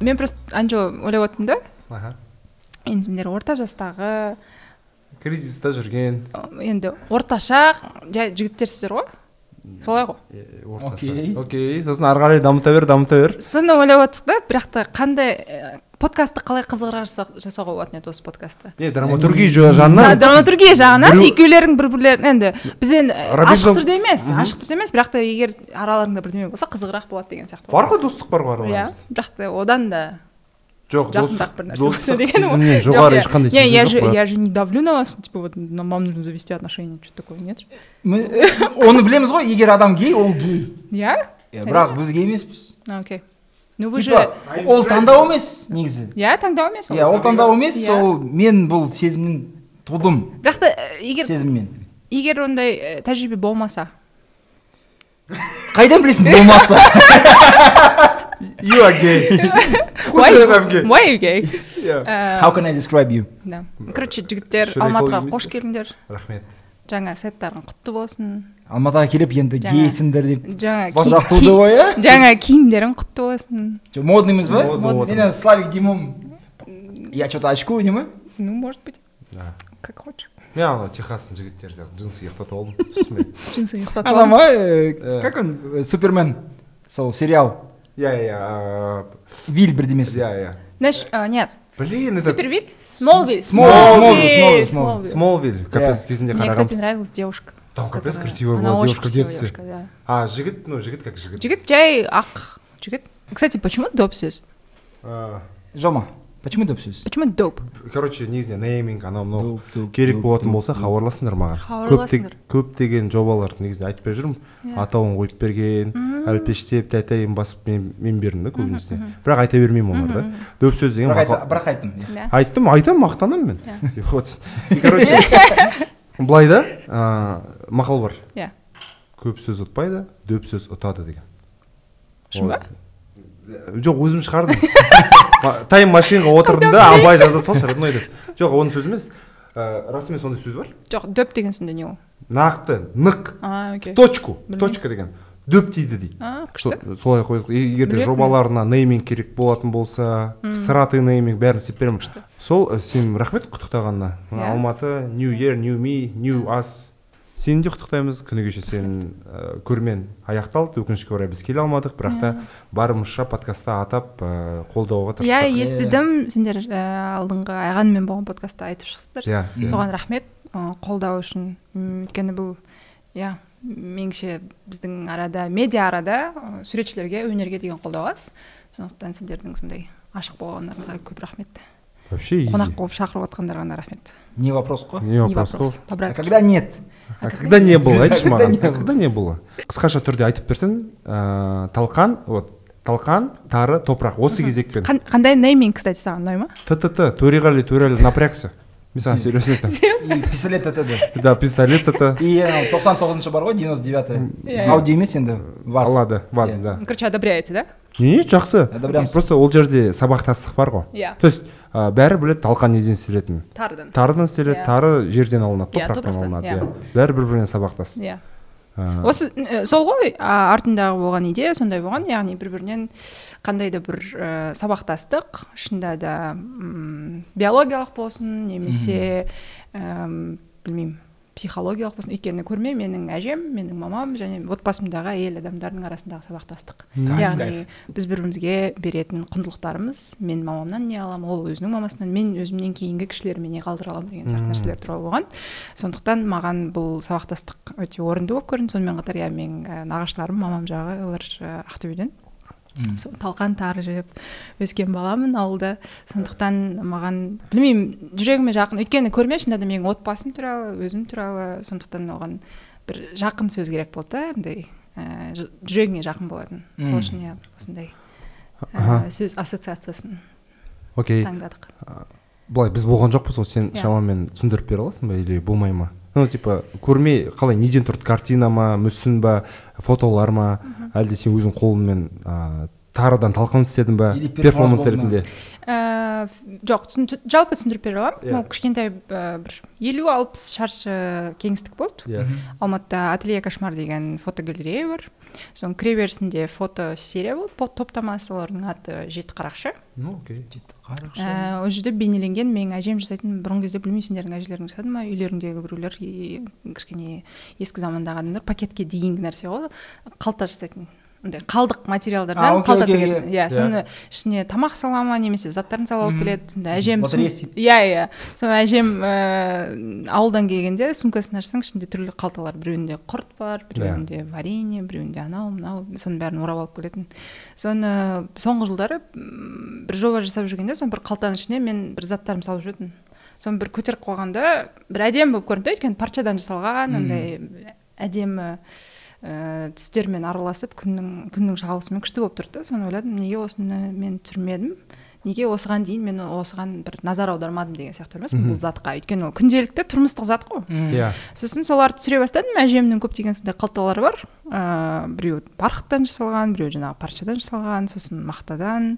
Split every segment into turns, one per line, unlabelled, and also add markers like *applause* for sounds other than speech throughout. мен просто анжо ойлап отырмын да
аха
енді сендер орта жастағы
кризиста жүрген
ы, енді орташа жай жігіттерсіздер ғой солай ғой
е, орташа.
Окей.
окей сосын ары қарай дамыта бер дамыта бер
соны ойлап отырдық да бірақ та қандай ә, подкастты қалай қызығырақ жаса- жасауға болатын еді осы подкастты
е драматургия жо- жағынан
Ы, драматургия жағынан
біреу-
екеулерің бір бірлерін енді біз енді ә,
Рабиу
ашық
Гал-
түрде емес
Мгм.
ашық түрде емес бірақ та егер араларыңда бірдеме болса қызығырақ болады деген сияқты
бар ғой достық бар ғой ары
иә
қараймыз.
бірақ та одан да
жоқ
жақынырақ бір
достық
нәрсе болса
достық
дегенім ғой.
сезімнен
Жоқ,
жоғары
я-
ешқандай
не, я
сезім
же
жоқ
я же не давлю на вас типа вот нам вам нужно завести отношения что то такое нет же?
Мы- *laughs* оны білеміз ғой егер адам гей ол гей
иә
Иә, бірақ біз гей емеспіз
А, окей ну вы же
типа ол таңдау емес негізі
иә таңдау емес
иә ол таңдау емес
Иә.
сол мен бұл сезімнен тудым
бірақ та ә, егер
сезіммен
егер ондай ә, тәжірибе болмаса
қайдан білесің болмаса
you are gay Who
Why
says
you-
I'm gay?
why you gay?
Yeah.
*laughs* Ә,
how can I describe you
да. короче жігіттер
Широко
алматыға
емес.
қош келіңдер
рахмет
жаңа сеттарың құтты болсын
алматыға келіп енді
Жаңа.
гейсіңдер деп
жаңа ки-
басақ
ки-
туды ғой иә
*laughs* жаңа киімдерің құтты болсын
Че, модныймыз ба
Модный
Модный.
отырмыз.
мен ана славик димом я че то очкую не ма
ну может быть
Да.
как хочешь
мен ана техастың жігіттері сияқты джинсы ұйықтатып алдым үстіме
джинсы ұйықтатып
ана
алдым.
ма э,
Э.
как он э, супермен сол сериал
иә иә а,
виль бірдемесі
иә иә
знаешь а, нет
блин это
супервиль смолвиль
Смолвиль, Смолвиль, Смолвиль.
смолвиль капец
Иә.
кезінде
Мне, кстати,
қарағанбыз
нравилась девушка.
Там
с
капец
которой-
красивая
Она
была
очень
девушка в
красивая
детстве.
девушка, да.
а жігіт ну жігіт как жігіт
Жігіт жай ақ. Жігіт. Кстати, почему доп сөз?
А,
жома почему деп сөз
Почему доп?
короче негізінде нейминг анау мынау
Доп, доп,
керек
доп,
болатын
доп,
болса хабарласыңдар маған
Хабарласыңдар.
көптеген жобаларды негізінде айтып беріп жүрмін
Иә.
атауын қойып берген әлпештеп тәтейін басып мен мен бердім да көбінесе бірақ айта бермеймін оларды дөп сөз деген
бірақ
мақал-
айт- бірақ айттым иә.
Да.
айттым айтамын мақтанамын мен *laughs* Деп қойсын. короче былай да а, мақал бар
Иә.
көп сөз ұтпайды дөп сөз ұтады деген
Шын ба?
Ол- жоқ өзім шығардым Ма- тайм машинға отырдым да абай жаза салшы родной деп жоқ оның сөзі емес ә, расымен сондай сөз бар
Жоқ, доп деген сонда не ол?
нақты нық
А, окей.
в точку в
Білмеймін.
точка деген дөп тиді дейді
А,
Сол-
күшті.
солай қойдық Е- егер де
Білетінмін.
жобаларына нейминг керек болатын болса сратый нейминг бәрін істеп беремін сол ә, сен рахмет құттықтағанына Мына
Иә.
алматы new year new me new us сені де құттықтаймыз күні кеше сенің ә, көрмен аяқталды өкінішке орай біз келе алмадық бірақ та барымызша подкастта атап ә, қолдауға
Иә,
тырыстық
естідім. Сендер ә, алдыңғы айғанмен болған подкастта айтып шықсыздар.
иә
Мгм.
Соған рахмет ә, қолдау үшін. М, Өйткені бұл иә, меніңше біздің арада, медиа арада ә, суретшілерге, өнерге деген қолдау аз. Сондықтан сендердің сондай ашық болғандарыңызға көп рахмет.
вообще
Қонақ
изи
болып шақырып отқандарыңа рахмет.
не вопрос қой
не
Не
вопрос
вопрос.
а
По-братски.
когда нет
а когда не было айтшы
Когда
маған
не
а когда не было қысқаша түрде айтып берсең ә, талқан вот талқан тары топырақ осы кезекпен
Қан- қандай нейминг кстати саған ұнай ма
тт төреғали төрәлі напрягся мен саған серьезно айтамын
и пистолет атады
да пистолет тт
и э, ана 99-ші бар ғой 99
Иә.
аудио емес енді вас
алады ваз
Иә.
да
Ну, короче одобряете да
не жақсы
Одобрямыз.
просто ол жерде сабақтастық бар ғой
Иә.
то есть ә, бәрі біледі талқан неден істелетінін
тарыдан
тарыдан істеледі
Иә.
тары жерден алынады
Иә,
топырақтан
топырақтан,
алынады
иә.
иә бәрі бір біріне сабақтас
иә
Ә,
осы ә, сол ғой а, артындағы болған идея сондай болған яғни бір бірінен қандай да бір ә, сабақтастық шынында да м, биологиялық болсын немесе әм, білмеймін психологиялық болсын өйткені көрме менің әжем менің мамам және отбасымдағы әйел адамдардың арасындағы сабақтастық
Кайф,
яғни біз бір бірімізге беретін құндылықтарымыз мен мамамнан не аламын ол өзінің мамасынан мен өзімнен кейінгі кішілеріме не қалдыра аламын деген сияқты нәрселер туралы болған сондықтан маған бұл сабақтастық өте орынды болып көрінді сонымен қатар иә менің ә, нағашыларым мамам жағы олар ә, ақтөбеден
Мгм.
сол талқан тары жеп өскен баламын ауылда сондықтан маған білмеймін жүрегіме жақын өйткені көрме шынында да менің отбасым туралы өзім туралы сондықтан оған бір жақын сөз керек болды да андай ә, жы- жүрегіңе жақын болатын сол
Мм.
үшін иә осындай ә,
Аха.
сөз ассоциациясын
окей
таңдадық
былай біз болған жоқпыз ғой сен
Иә.
шамамен түсіндіріп бере аласың ба или болмай ма ну типа көрме қалай неден тұрды картина ма мүсін ба фотолар ма әлде сен өзің қолыңмен ә, тарыдан талқан істедің ба
Или перформанс
перформанс
болды ма?
ретінде
ә, жоқ түсін- жалпы түсіндіріп бере аламын
Иә.
ол кішкентай ә, бір елу алпыс шаршы кеңістік болды
иә
Мгм.
алматыда ателье кошмар деген фотогалерея бар сосын кіре берісінде фото серия болды по- топтамасы олардың аты жеті қарақшы
ну окей
жеті қарақшы
Ә, ол жерде бейнеленген менің әжем жасайтын бұрынғы кезде білмеймін сендердің әжелерің жасады ма үйлеріңдегі біреулер и- кішкене ескі замандағы адамдар пакетке дейінгі нәрсе ғой қалта жасайтын андай қалдық
А,
материалдардан
окей,
қалта
окей,
тігетін иә
иә.
соны ішіне тамақ сала ма немесе заттарын сала алып
Мгм.
келеді сонда әжем
Вот
сум-
ресей.
иә иә сол әжем ііі ауылдан келгенде сумкасын ашсаң ішінде түрлі қалталар біреуінде құрт бар
Иә.
біреуінде варенье біреуінде анау мынау соның бәрін орап алып келетін соны соңғы жылдары м, бір жоба жасап жүргенде соны бір қалтаның ішіне мен бір заттарымды салып жүретінмін соны бір көтеріп қойғанда бір әдемі болып көрінді өйткені парчадан жасалған андай әдемі ііі түстермен араласып күннің күннің шағылысымен күшті болып тұрды да соны ойладым неге осыны мен түсірмедім неге осыған дейін мен осыған бір назар аудармадым деген сияқты емес бұл затқа өйткені ол күнделікті тұрмыстық зат қой
иә
сосын соларды түсіре бастадым әжемнің көптеген сондай қалталары бар ыыы біреуі барқыттан жасалған біреуі жаңағы паршадан жасалған сосын мақтадан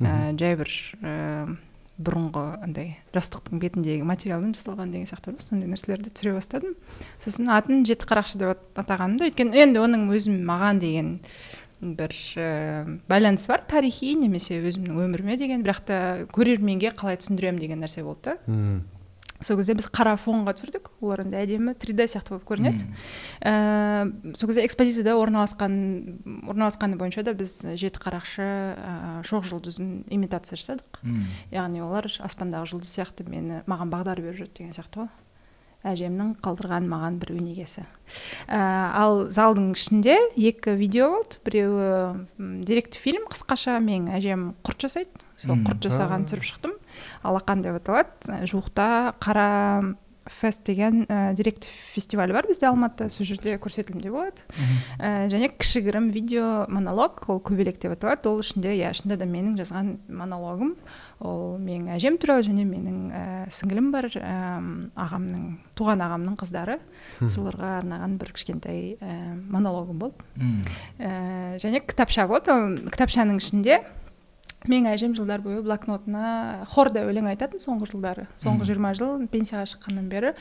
ә, жай бір ііі бұрынғы андай жастықтың бетіндегі материалдан жасалған деген сияқты бар ғой, сондай нәрселерді түсіре бастадым сосын атын жеті қарақшы деп ат- атағаным да өйткені енді оның өзім маған деген бір ііі байланысы бар тарихи немесе өзімнің өміріме деген бірақ та көрерменге қалай түсіндіремін деген нәрсе болды да
Мгм.
сол кезде біз қара фонға түсірдік олар енді әдемі 3D сияқты болып көрінеді ііі сол кезде экспозицияда орналасқан орналасқаны бойынша да біз жеті қарақшы ыыы шоқ жұлдызын имитация жасадық яғни олар аспандағы жұлдыз сияқты мені маған бағдар беріп жүрді деген сияқты ғой әжемнің қалдырған маған бір өнегесі Ә, ал залдың ішінде екі видео болды біреуі м, деректі фильм қысқаша менің әжем құрт жасайды сол
Мм.
құрт жасағанын түсіріп шықтым алақан деп аталады Ә, жуықта қара фест деген ә, деректі фестиваль бар бізде алматыда сол жерде көрсетілімде болады ә, және кішігірім видео монолог ол көбелек деп аталады ол ішінде иә шынында да менің жазған монологым ол менің әжем туралы және менің ә, сіңлім бар әм, ағамның туған ағамның қыздары соларға арнаған бір кішкентай ә, монологым болды ә, және кітапша болды Ол кітапшаның ішінде менің әжем жылдар бойы блокнотына хорда өлең айтатын соңғы жылдары соңғы
Мгм.
жиырма жыл пенсияға шыққаннан бері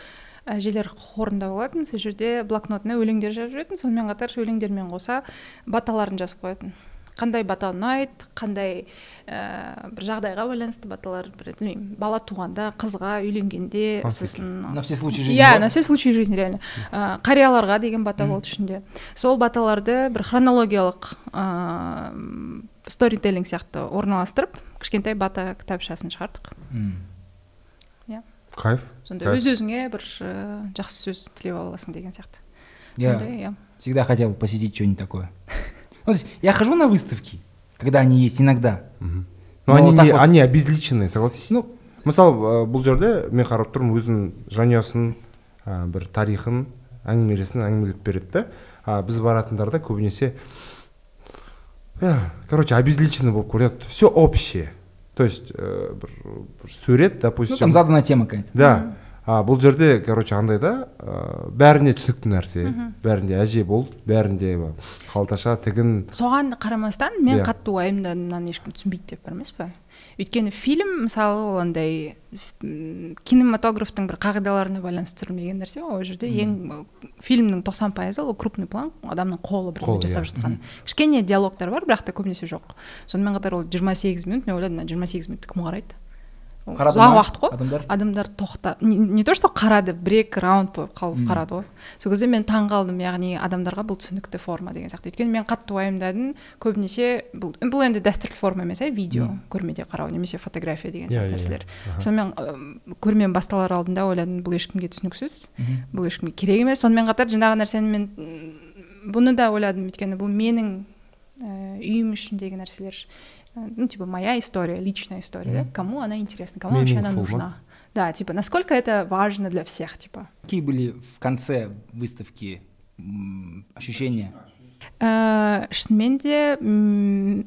э, әжелер хорында болатын сол жерде блокнотына өлеңдер жазып жүретін сонымен қатар өлеңдермен қоса баталарын жазып қоятын қандай бата ұнайды қандай ә, бір жағдайға байланысты баталар бір білмеймін бала туғанда қызға үйленгенде
Конфликт.
сосын
на все случаи жизни
иә
бар.
на все случаи жизни реально Ә, қарияларға деген бата болды ішінде сол баталарды бір хронологиялық ыыы сторителлинг сияқты орналастырып кішкентай бата кітапшасын шығардық
Мгм.
кайф
сонда
Кайф.
өз өзіңе бір ыыы, жақсы сөз тілеп ала аласың деген сияқты
Я
сондай иә
всегда хотел посетить что-нибудь такое. Ну, то есть я хожу на выставки, когда они есть иногда.
Мгм.
Ну,
но они
вот так
не-
вот.
они обезличенные согласись
Ну,
мысалы ә, бұл жерде мен қарап тұрмын өзінің жанұясын ә, бір тарихын әңгімелесін әңгімелеп береді да а біз баратындарда көбінесе ә, короче обезличенный болып көрінеді все общее то есть ә, бір, бір сурет
ну,
допустим
там заданная тема какая-то.
да а бұл жерде короче андай да ә, бәріне түсінікті нәрсе бәрінде әже болды бәрінде бі- қалташа тігін
соған қарамастан мен
Иә.
қатты уайымдадым мынаны ешкім түсінбейді деп бар емес па өйткені фильм мысалы ол андай м, кинематографтың бір қағидаларына байланысты түсірілмеген нәрсе ғой ол жерде ең ы, фильмнің тоқсан пайызы ол крупный план адамның қолы
Қолы,
бірдеңе жасап
иә.
жатқан кішкене диалогтар бар бірақ та көбінесе жоқ сонымен қатар ол жиырма сегіз минут мен ойладым мына жиырма сегіз минутты кім қарайды Ол
Қарады
ұзақ
ма
уақыт қой
адамдар?
адамдар тоқта не, не то что қарады бір екі раунд болып қалып қарады ғой сол кезде мен таң қалдым яғни адамдарға бұл түсінікті форма деген сияқты өйткені мен қатты уайымдадым көбінесе бұл бұл енді дәстүрлі форма емес ә видео көрмеде қарау немесе фотография деген
Иә, иә,
сияқты нәрселер сонымен ы, көрме басталар алдында ойладым бұл ешкімге түсініксіз
Мгм.
бұл ешкімге керек емес сонымен қатар жаңағы нәрсені мен м, бұны да ойладым өйткені бұл менің ііі үйім ішіндегі нәрселер Э, ну типа моя история личная история да? кому она интересна кому вообще она
Meaningful, да?
нужна да типа насколько это важно для всех типа
Какие были в конце выставки м, ощущения?
ііі Э, шынымен де м,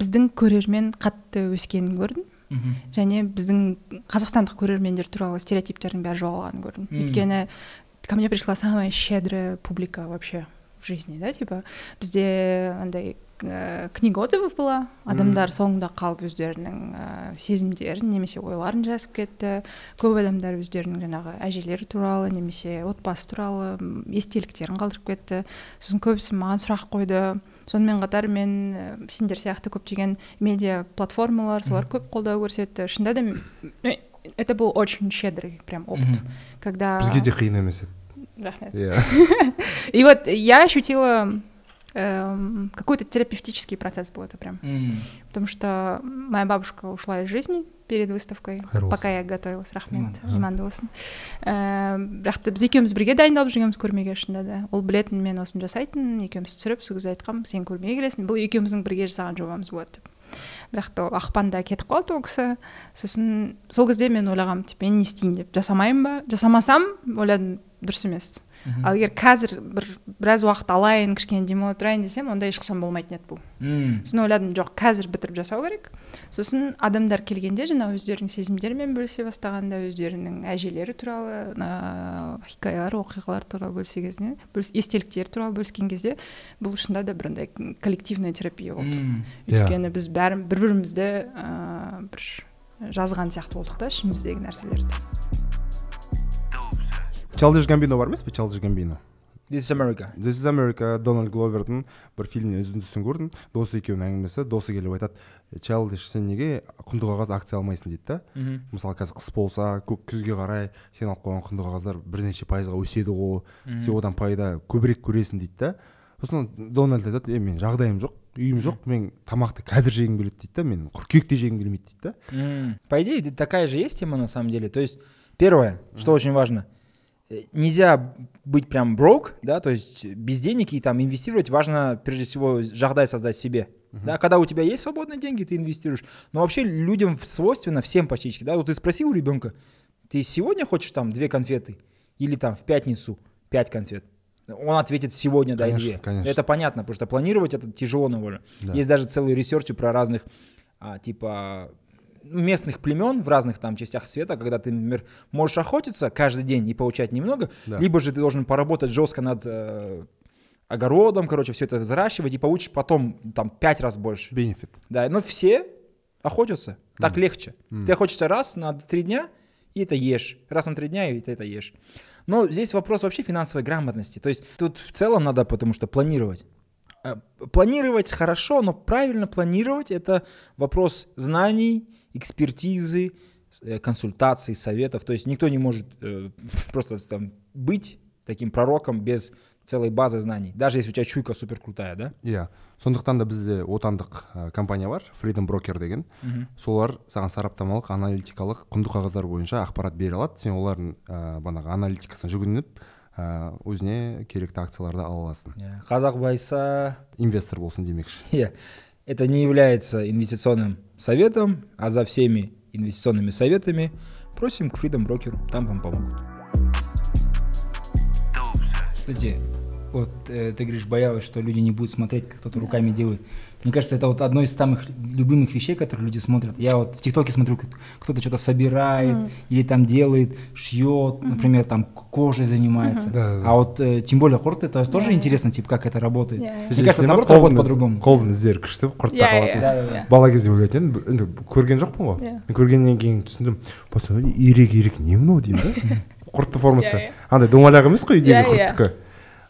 біздің көрермен қатты өскенін көрдім
Мгм.
және біздің қазақстандық көрермендер туралы стереотиптердің бәрі жоғалғанын көрдім
Мм.
өйткені ко мне пришла самая щедрая публика вообще в жизни да типа бізде андай ііі книга отзывов была адамдар соңында қалып өздерінің ііі сезімдерін немесе ойларын жазып кетті көп адамдар өздерінің жаңағы әжелері туралы немесе отбасы туралы м, естеліктерін қалдырып кетті сосын көбісі маған сұрақ қойды сонымен қатар мен і, сендер сияқты көптеген медиа платформалар солар көп қолдау көрсетті шынында да м, э, это был очень щедрый прям опыт
Мгм.
когда
бізге де қиын емес еді
рахмет
иә *laughs*
и вот я ощутила эм, какой-то терапевтический процесс был это прям.
М.
Потому что моя бабушка ушла из жизни перед выставкой,
Қайырлы
пока я готовилась, рахмет,
Иман.
иманды болсын. Эм, бірақ та Э, біз екеуміз бірге дайындалып жүргенбіз көрмеге шынында да. Ол білетін мен осыны жасайтын, екеуміз түсіріп, сол кезде айтқанмын, сен көрмеге келесің. Бұл екеуміздің бірге жасаған жобамыз болады деп. Бірақ та ол ақпанда кетіп қалды ол кісі. Сосын сол кезде мен ойлағанмын, типа, мен не істеймін деп, жасамаймын ба? Жасамасам, ойладым, дұрыс емес
Мгм.
ал егер қазір бір біраз уақыт алайын кішкене демалып тұрайын десем онда ешқашан болмайтын еді бұл
М.
сосын ойладым жоқ қазір бітіріп жасау керек сосын адамдар келгенде жаңа өздерінің сезімдерімен бөлісе бастағанда өздерінің әжелері туралы ыыы хикаялар оқиғалар туралы бөлісе кезде бөліс- естеліктері туралы бөліскен кезде бұл шынында да бір андай коллективная терапия болды
М.
Иә.
өйткені біз бәрі бір бірімізді ыыы бір жазған сияқты болдық та ішіміздегі нәрселерді
чалдиш гамбино бар емес пе чалдиш гамбино
This is America.
this is america дональд гловердің бір фильмнен үзіндісін көрдім досы екеуінің әңгімесі досы келіп айтады чалдиш сен неге құнды қағаз акция алмайсың дейді да
Мгм.
мысалы қазір қыс болса көк күзге қарай сен алып қойған құнды қағаздар бірнеше пайызға өседі ғой сен одан пайда көбірек көресің дейді да сосын дональд айтады е мен жағдайым жоқ үйім жоқ мен тамақты қазір жегім келеді дейді да мен қыркүйекте жегім келмейді дейді да
М. По идее, д- такая же есть тема на самом деле. То есть, первое, что очень важно, э, нельзя быть прям брок, да, то есть э, без денег и там инвестировать важно прежде всего жағдай создать себе. Да, когда у тебя есть свободные деньги, ты инвестируешь. Но вообще людям в- свойственно, всем почти, да, вот ты спросил у ребенка, ты сегодня хочешь там две конфеты или там в пятницу пять конфет? Он ответит сегодня, да, и
Конечно,
две.
конечно.
Это понятно, потому что планировать это тяжело на волю.
Да.
Есть даже целые ресерчи про разных, а, типа, местных племен в разных там частях света, когда ты, например, можешь охотиться каждый день и получать немного,
Да.
либо же ты должен поработать жестко над э, огородом, короче, все это взращивать и получишь потом там пять раз больше.
бенефит
Да, но все охотятся. Так легче.
Мгм.
Ты охотишься раз на три дня, и это ешь. Раз на три дня, и ты это ешь. Но здесь вопрос вообще финансовой грамотности. То есть тут в целом надо, потому что планировать. А, Планировать хорошо, но правильно планировать это вопрос знаний, экспертизы, с- э, консультаций, советов. То есть никто не может э, *laughs* просто там быть таким пророком без целой базы знаний. Даже если у тебя чуйка супер крутая, да?
иә сондықтан да бізде отандық ә, компания бар freedom broker деген солар саған сараптамалық аналитикалық құнды қағаздар бойынша ақпарат бере алады сен олардың ә, банағы аналитикасына жүгініп ә, өзіне керекті акцияларды ала аласың
Иә. Қазақ байса,
инвестор болсын демекші
Е, Это не является инвестиционным советом, а за всеми инвестиционными советами просим к Freedom Broker, там вам помогут. Кстати, вот э, ты говоришь, боялась, что люди не будут смотреть, как кто-то руками делает. Мне кажется, это вот одно из самых любимых вещей, которые люди смотрят. Я вот в ТикТоке смотрю, как кто-то что-то собирает или там делает, шьет, например, там к- кожей занимается.
Да-да-да.
А вот э, тем более хорт, это тоже интересно, типа, как это работает.
Иә, иә.
Мне кажется, наоборот, работает по-другому.
қолдың іздері күшті құртта
Иә,
қалатын
иә,
Да, да, да.
иә.
бала кезде ойлайтын едім енді көрген жоқпын ғой
Иә.
мен көргеннен кейін түсіндім постоянно ирек ирек не мынау деймін да құрттың формасы
Иә, иә.
андай домалақ емес қой
Иә,
үйдегі
иә.
құрттікі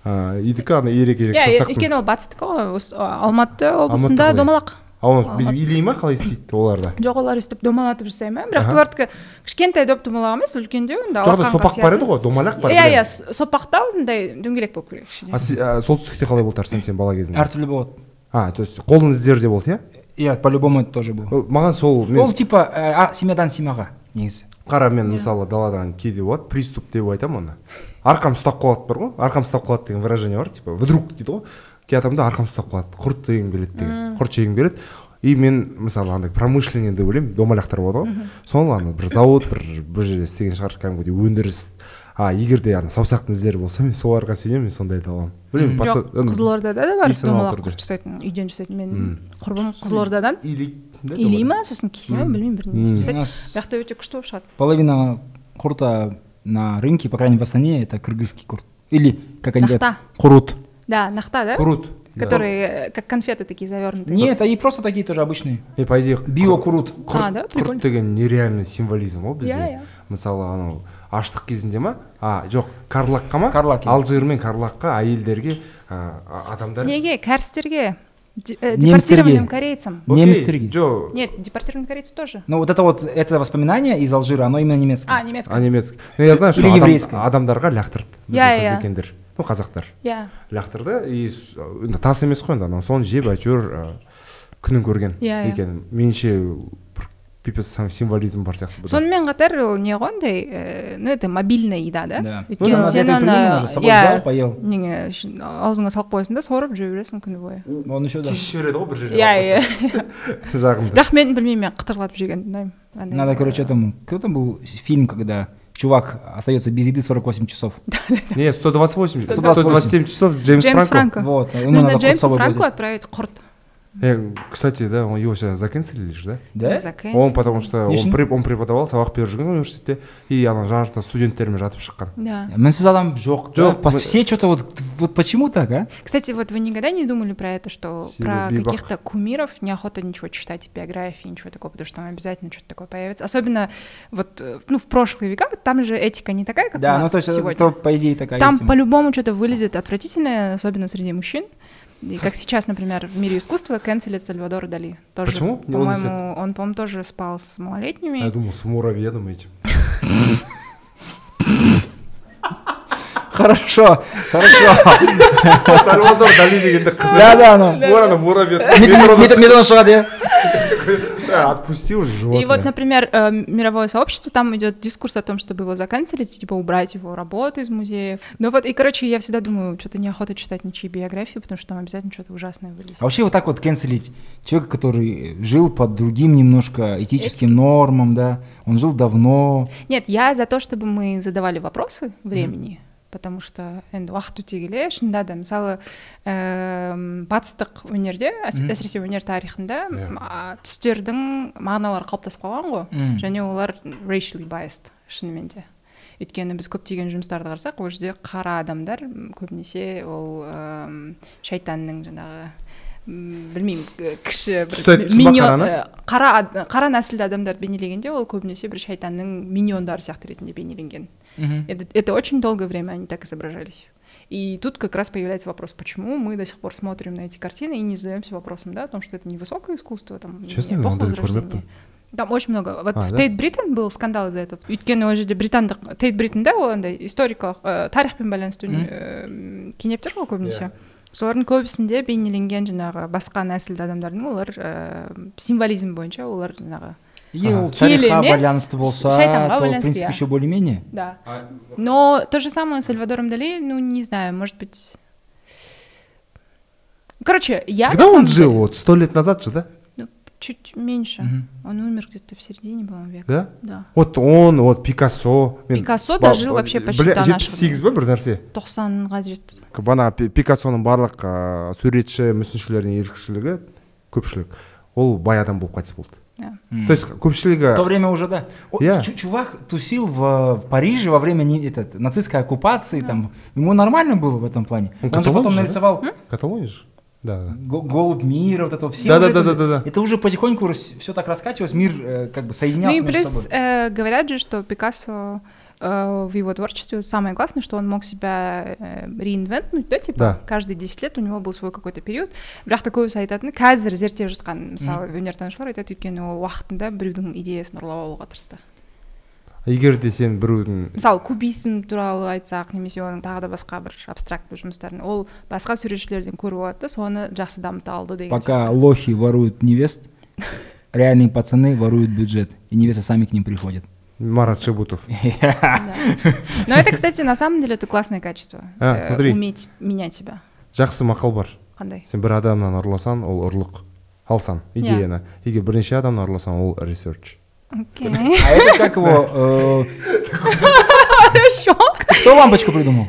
ыыы үйдікі ана ирек ирек
иә
сақ
өйткені ол батыстікі ғой осы, а, алматы облысында
қалай?
домалақ
а оны бүйтіп илей ма қалай істейді оларда
жоқ олар өстіп домалатып жасай ма бірақ
Аха.
олардікі кішкентай доп домалақ емес үлкендеу енді
жоқ та
алақан
сопақ бар еді
қасиеті.
ғой домалақ бар
иә
білемін.
иә с- сопақтау мындай дөңгелек болып келеді
А
кішкене
се- а, солтүстікте қалай болды арсен сен бала кезіңде
әртүрлі болады
а то есть қолдың іздері де болды иә
иә по-любому это тоже было
Ол- маған сол
ол
мен
типа
э,
ә, а, семьядан семьяға негізі
қара
Иә.
мен мысалы даладан кейде болады приступ деп айтамын оны арқам ұстап қалады бар ғой арқам ұстап қалады деген выражение бар типа вдруг дейді ғой кей адамда арқам ұстап қалады құрт жегім келеді деген құрт жегім келеді и мен мысалы андай промышленный деп ойлаймын домалақтар болады ғой сол ана бір зауыт бір бір жерде істеген шығар кәдімгідей өндіріс а егер де ана саусақтың іздері болса мен соларға сенемін мен сондай айта аламын
жоқ
білмеймін паца-
қызылордада да бар
бейсаналы
домалақ
түрде.
құрт жасайтын үйден жасайтын
Мм.
менің құрбым қызылордадан
илейді да,
илей
домалақ.
ма сосын кесе ма
Мм.
білмеймін бірдеңе
Мм.
у
жасайды
нас
бірақ та өте күшті болып шығады
половина курта на рынке по крайней мере в астане это кыргызский курт или как они говорят
Нахта.
курут
Да, нахта, да?
Крут. да.
Которые э, как конфеты такие завернутые.
Нет, они просто такие тоже обычные.
И по идее
Биокурут.
А, да?
құрт
Прикольно.
құрт деген нереальный символизм ғой бізде
Иә, иә.
мысалы анау аштық кезінде ма а жоқ карлакқа ма
Карлак, иә.
алжир мен карлакқа әйелдерге а, а- адамдар
Неге кәрістерге де- э,
Немістерге.
депортированным корейцам
Окей,
немістерге.
жоқ
нет депортированные корейцы тоже
Но вот это вот, это воспоминание из Алжира, оно именно
а
немецкое.
а
немецкая
немецкий ну я знаю что
Или
адам-
еврейское.
адамдарға лақтырды
Иә,
біздің
иә.
кезекендер ну қазақтар
иә
лақтырды и с- енді тас емес қой енді анау соны жеп әйтеуір ә, күнін көрген
Иә, иә.
екен меніңше бір пипец сам- символизм бар сияқты бұда.
сонымен қатар ол не ғой андай э, ну это мобильная еда да
Да.
Өйткені
Ну, да,
сен
это придумано
ана-
же, с собой
иә,
взял, поел.
неңе ш- аузыңа салып қоясың да сорып жүре бересің күні бойы
Он еще, да.
кеш жібереді ғой бір жерге
иә иә
алып қойса. жағымды
бірақ мен білмеймін мен қытырлатып жегенді ұнаймын Андай-
Надо, короче, этому. Кто там был фильм, когда чувак остается без еды 48 часов?
не 128
128.
127 часов джеймс
Джеймс
франко
Франко
Вот, ему
нужно
надо с
Джеймсу
собой
Франку
возить.
отправить құрт
Э, кстати, да, он его сейчас заканцелили же, да?
Да?
Заканчивай.
Он потому что он,
Нешін?
преп- он преподавал, сабақ беріп жүрген университетте ну, и ана жарықта студенттермен жатып шыққан.
да
Мэнсіз адам жоқ.
Жоқ,
Пос-
мы-
Все что-то вот, вот почему так, а?
Кстати, вот вы никогда не думали про это, что
Сири
про
Бибах.
каких-то кумиров неохота ничего читать, биографии, ничего такого, потому что там обязательно что-то такое появится. Особенно вот, э, ну, в прошлые века, там же этика не такая, как у
Да, ну
нас
то есть это-
сегодня.
это, по идее, такая
Там
есть тема.
по-любому что-то вылезет отвратительное, особенно среди мужчин. И как сейчас, например, в мире искусства канцелит Сальвадора Дали. Тоже,
Почему? Не
По-моему, он, по-моему, тоже спал с малолетними.
А Я думал, с муравьедом *laughs* этим.
*laughs*
Хорошо, хорошо.
А Сальвадор Дали дегенде қызық.
Да, да, ну.
Олар ана муравьед. метрода
Метро шығады, иә?
шыққан. Да, Отпусти уже
И вот,
А, животное.
например, э, мировое сообщество, там идет дискурс о том, чтобы его заканцелить, типа убрать его работу из музеев. Ну вот, и, короче, я всегда думаю, что-то неохота читать ничьи биографии, потому что там обязательно что-то ужасное вылезет.
А вообще вот так вот кенселить человека, который жил под другим немножко этическим нормам, да, он жил давно.
Нет, я за то, чтобы мы задавали вопросы времени, потому что енді уақыт өте келе шынында да мысалы эм, батыстық өнерде әс-
Мгм.
әсіресе өнер тарихында
Иә.
м, а, түстердің мағыналары қалыптасып қалған ғой
Мгм.
және олар racially biased шынымен де өйткені біз көптеген жұмыстарды қарасақ ол жерде қара адамдар м, көбінесе ол эм, шайтанның жаңағы м, білмеймін к- кіші
Түсті
бір
түсі
ми-
бар
миньон-
қараны?
э, қара ад- қара нәсілді адамдарды бейнелегенде ол көбінесе бір шайтанның миньондары сияқты ретінде бейнеленген это, это очень долгое время они так изображались и тут как раз появляется вопрос, почему мы до сих пор смотрим на эти картины и не задаемся вопросом, да, о том, что это не высокое искусство, там, не
Честно,
эпоха
ондай
Возрождения.
көрмеппін.
Там очень много. Вот
А,
в
да?
Тейт Бриттен был скандал из-за этого. Өйткені ол жерде британдық Тейт Бриттенде ол андай историкалық ә, тарихпен байланысты
Мгм.
ә, кенептер ғой көбінесе солардың көбісінде бейнеленген жаңағы басқа нәсілді адамдардың олар ә, символизм бойынша олар жаңағы
И ол
Киелі
тарихқа
емес,
байланысты болса,
шайтанға
то, в
байланысты,
принципе,
иә.
еще более-менее.
да
А
но то же самое с Сальвадором Дали ну не знаю может быть короче я
Когда
на
он
самом
жил?
деле-
Вот сто лет назад же, да?
ну, чуть меньше
Мгм.
он умер где-то в середине по-моему века
Да?
да
Вот он, вот Пикассо. Мен-
Пикассо
ба-
дожил вообще почти
бля,
до нашего
78 ба бір нәрсе?
90-ға жетті
бағана Пи- пикассоның барлық ыыы суретші мүсіншілердің ерекшелігі көпшілік ол бай адам болып қайтыс болды
да.
Мгм.
то есть көпшілігі
В то время уже, да. О,
Я.
чу- чувак тусил в, в Париже во время не- этот, нацистской оккупации, там, ему нормально было в этом плане.
Он
Он, же
каталон
потом
же, Ну, да?
нарисовал
Каталония же да да
го- голубь мира, вот это все.
Да,
уже
да,
это
да,
же-
да, да, да.
Это уже потихоньку все так раскачивалось, мир э, как бы
ну
соединялся
и
между
плюс
собой.
э, говорят же что Пикассо э, в его творчестве самое классное, что он мог себя э, реинвентнуть, да, типа,
Да.
каждые 10 лет у него был свой какой-то период. Бірақ та көбісі айтатын, қазір зерттеп жатқан, мысалы, өнертанушылар айтады, өйткені ол уақытында біреудің идеясын ұрлап алуға тырысты.
егер де сен біреудің
мысалы кубизм туралы айтсақ немесе оның тағы да басқа бір абстрактты жұмыстарын ол басқа суретшілерден көріп алады да соны жақсы дамыта алды деген
Пока лохи воруют невест, реальные пацаны воруют бюджет, и невесты сами к ним приходят.
марат шибутов *laughs*
сияқты. Да. но это кстати на самом деле это классное качество
А,
Э,
смотри.
уметь менять себя
жақсы мақал бар
қандай
сен бір адамнан ұрласаң ол ұрлық алсаң идеяны егер бірнеше адамнан ұрласаң ол ресерч
*laughs* окей
А это как его... э,
хорошо
Кто лампочку придумал?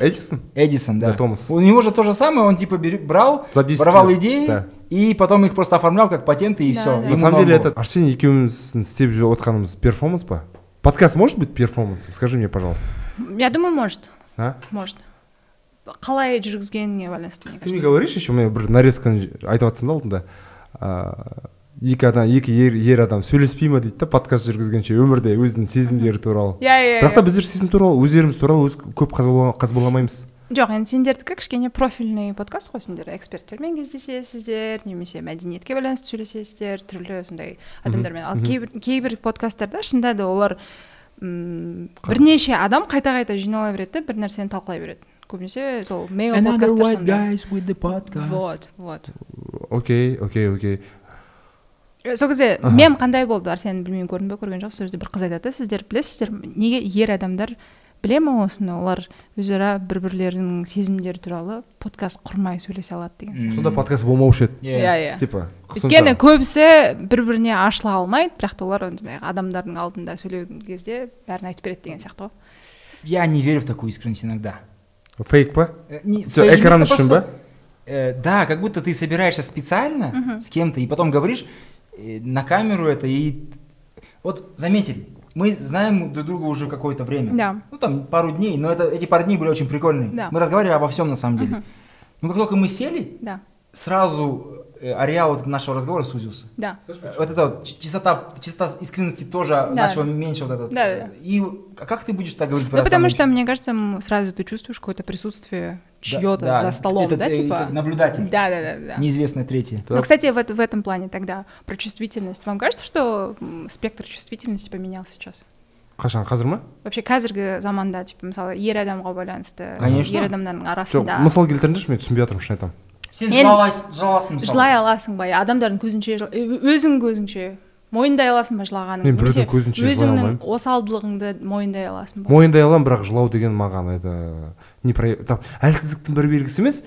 эдисон
Эдисон, да.
Да, Томас.
У него же то же самое, он типа бери- брал,
За 10
воровал
лет,
идеи,
да.
и потом их просто оформлял как патенты, и
Да,
все.
да.
на самом деле это арсений екеуміздің істеп жүріп отқанымыз перформанс па подкаст может быть перформансом скажи мне пожалуйста
я думаю может
а
может қалай жүргізгеніне байланысты мне
ты мне
кажется
говоришь еще мен бір нарезканы айтып жатсың да алдында ыыы екі адам екі ер, ер адам сөйлеспей ма дейді да подкаст жүргізгенше өмірде өзінің сезімдері туралы
иә иә
бірақ та
иә
біздер сезім туралы өздеріміз туралы өз көп қазбала- қазбаламаймыз
жоқ енді сендердікі кішкене профильный подкаст қой сендер эксперттермен кездесесіздер немесе мәдениетке байланысты сөйлесесіздер түрлі сондай адамдармен ал кейбір кейбір подкасттарда шынында да олар м, бірнеше адам қайта қайта жинала береді да бір нәрсені талқылай береді көбінесе сол мега
Another
подкасттар
white
сондай.
guys with the podcast.
вот вот
окей окей окей
Э, сол кезде
Аха.
мем қандай болды арсен білмеймін көрдің ба көрген жоқ сол жерде бір қыз айтады да, сіздер білесіздер м- неге ер адамдар біле ма осыны олар өзара бір бірлерінің сезімдері туралы подкаст құрмай сөйлесе алады деген сияқты.
Мгм.
сонда подкаст болмаушы еді
иә
Yeah.
иә
типа
өйткені
сонша-
көбісі бір біріне ашыла алмайды бірақ та олар ондай адамдардың алдында сөйлеген кезде бәрін айтып береді деген сияқты ғой
Я не верю в такую искренность иногда.
фейк па
Э, не-
Всё,
фейк,
экран
просто-
үшін ба?
Э, Да, как будто ты собираешься специально с кем-то и потом говоришь э, на камеру это и... Вот заметили, мы знаем друг друга уже какое-то время.
Да.
Ну там пару дней, но это, эти пару дней были очень прикольные.
Да.
Мы разговаривали обо всем на самом деле.
Мгм.
Но как только мы сели,
да
сразу э, ареал вот нашего разговора сузился.
да
Э, Вот эта вот ч- чистота, чистота искренности тоже начала меньше вот этот.
Да, да, да.
И а как ты будешь так говорить?
ну
про
потому
самое
что мне кажется м, сразу ты чувствуешь какое-то присутствие чье-то
да.
за столом
Это,
да
э,
типа
как наблюдатель.
да Ну, да да да
Неизвестное третье.
Но, кстати, в, эт- в этом плане тогда про чувствительность. Вам кажется, что м, спектр чувствительности поменялся сейчас?
қашан қазір ма
Вообще қазіргі заманда типа мысалы ер адамға байланысты
Конечно.
ер адамдардың
жоқ
арасында
мысал келтіріңдерші мен түсінбей жатырмын шын айтамын
Сен
Мен-
жылалас- жылаласың мысалы.
жылай аласың ба иә, адамдардың көзінше жыл- ö- өзің көзіңше мойындай аласың ба жылағаныңды
Мен біреудің көзінше жылай
өзіңнің
алмаймын.
осалдылығыңды мойындай аласың ба
мойындай аламын бірақ жылау деген маған это не про там әлсіздіктің бір белгісі емес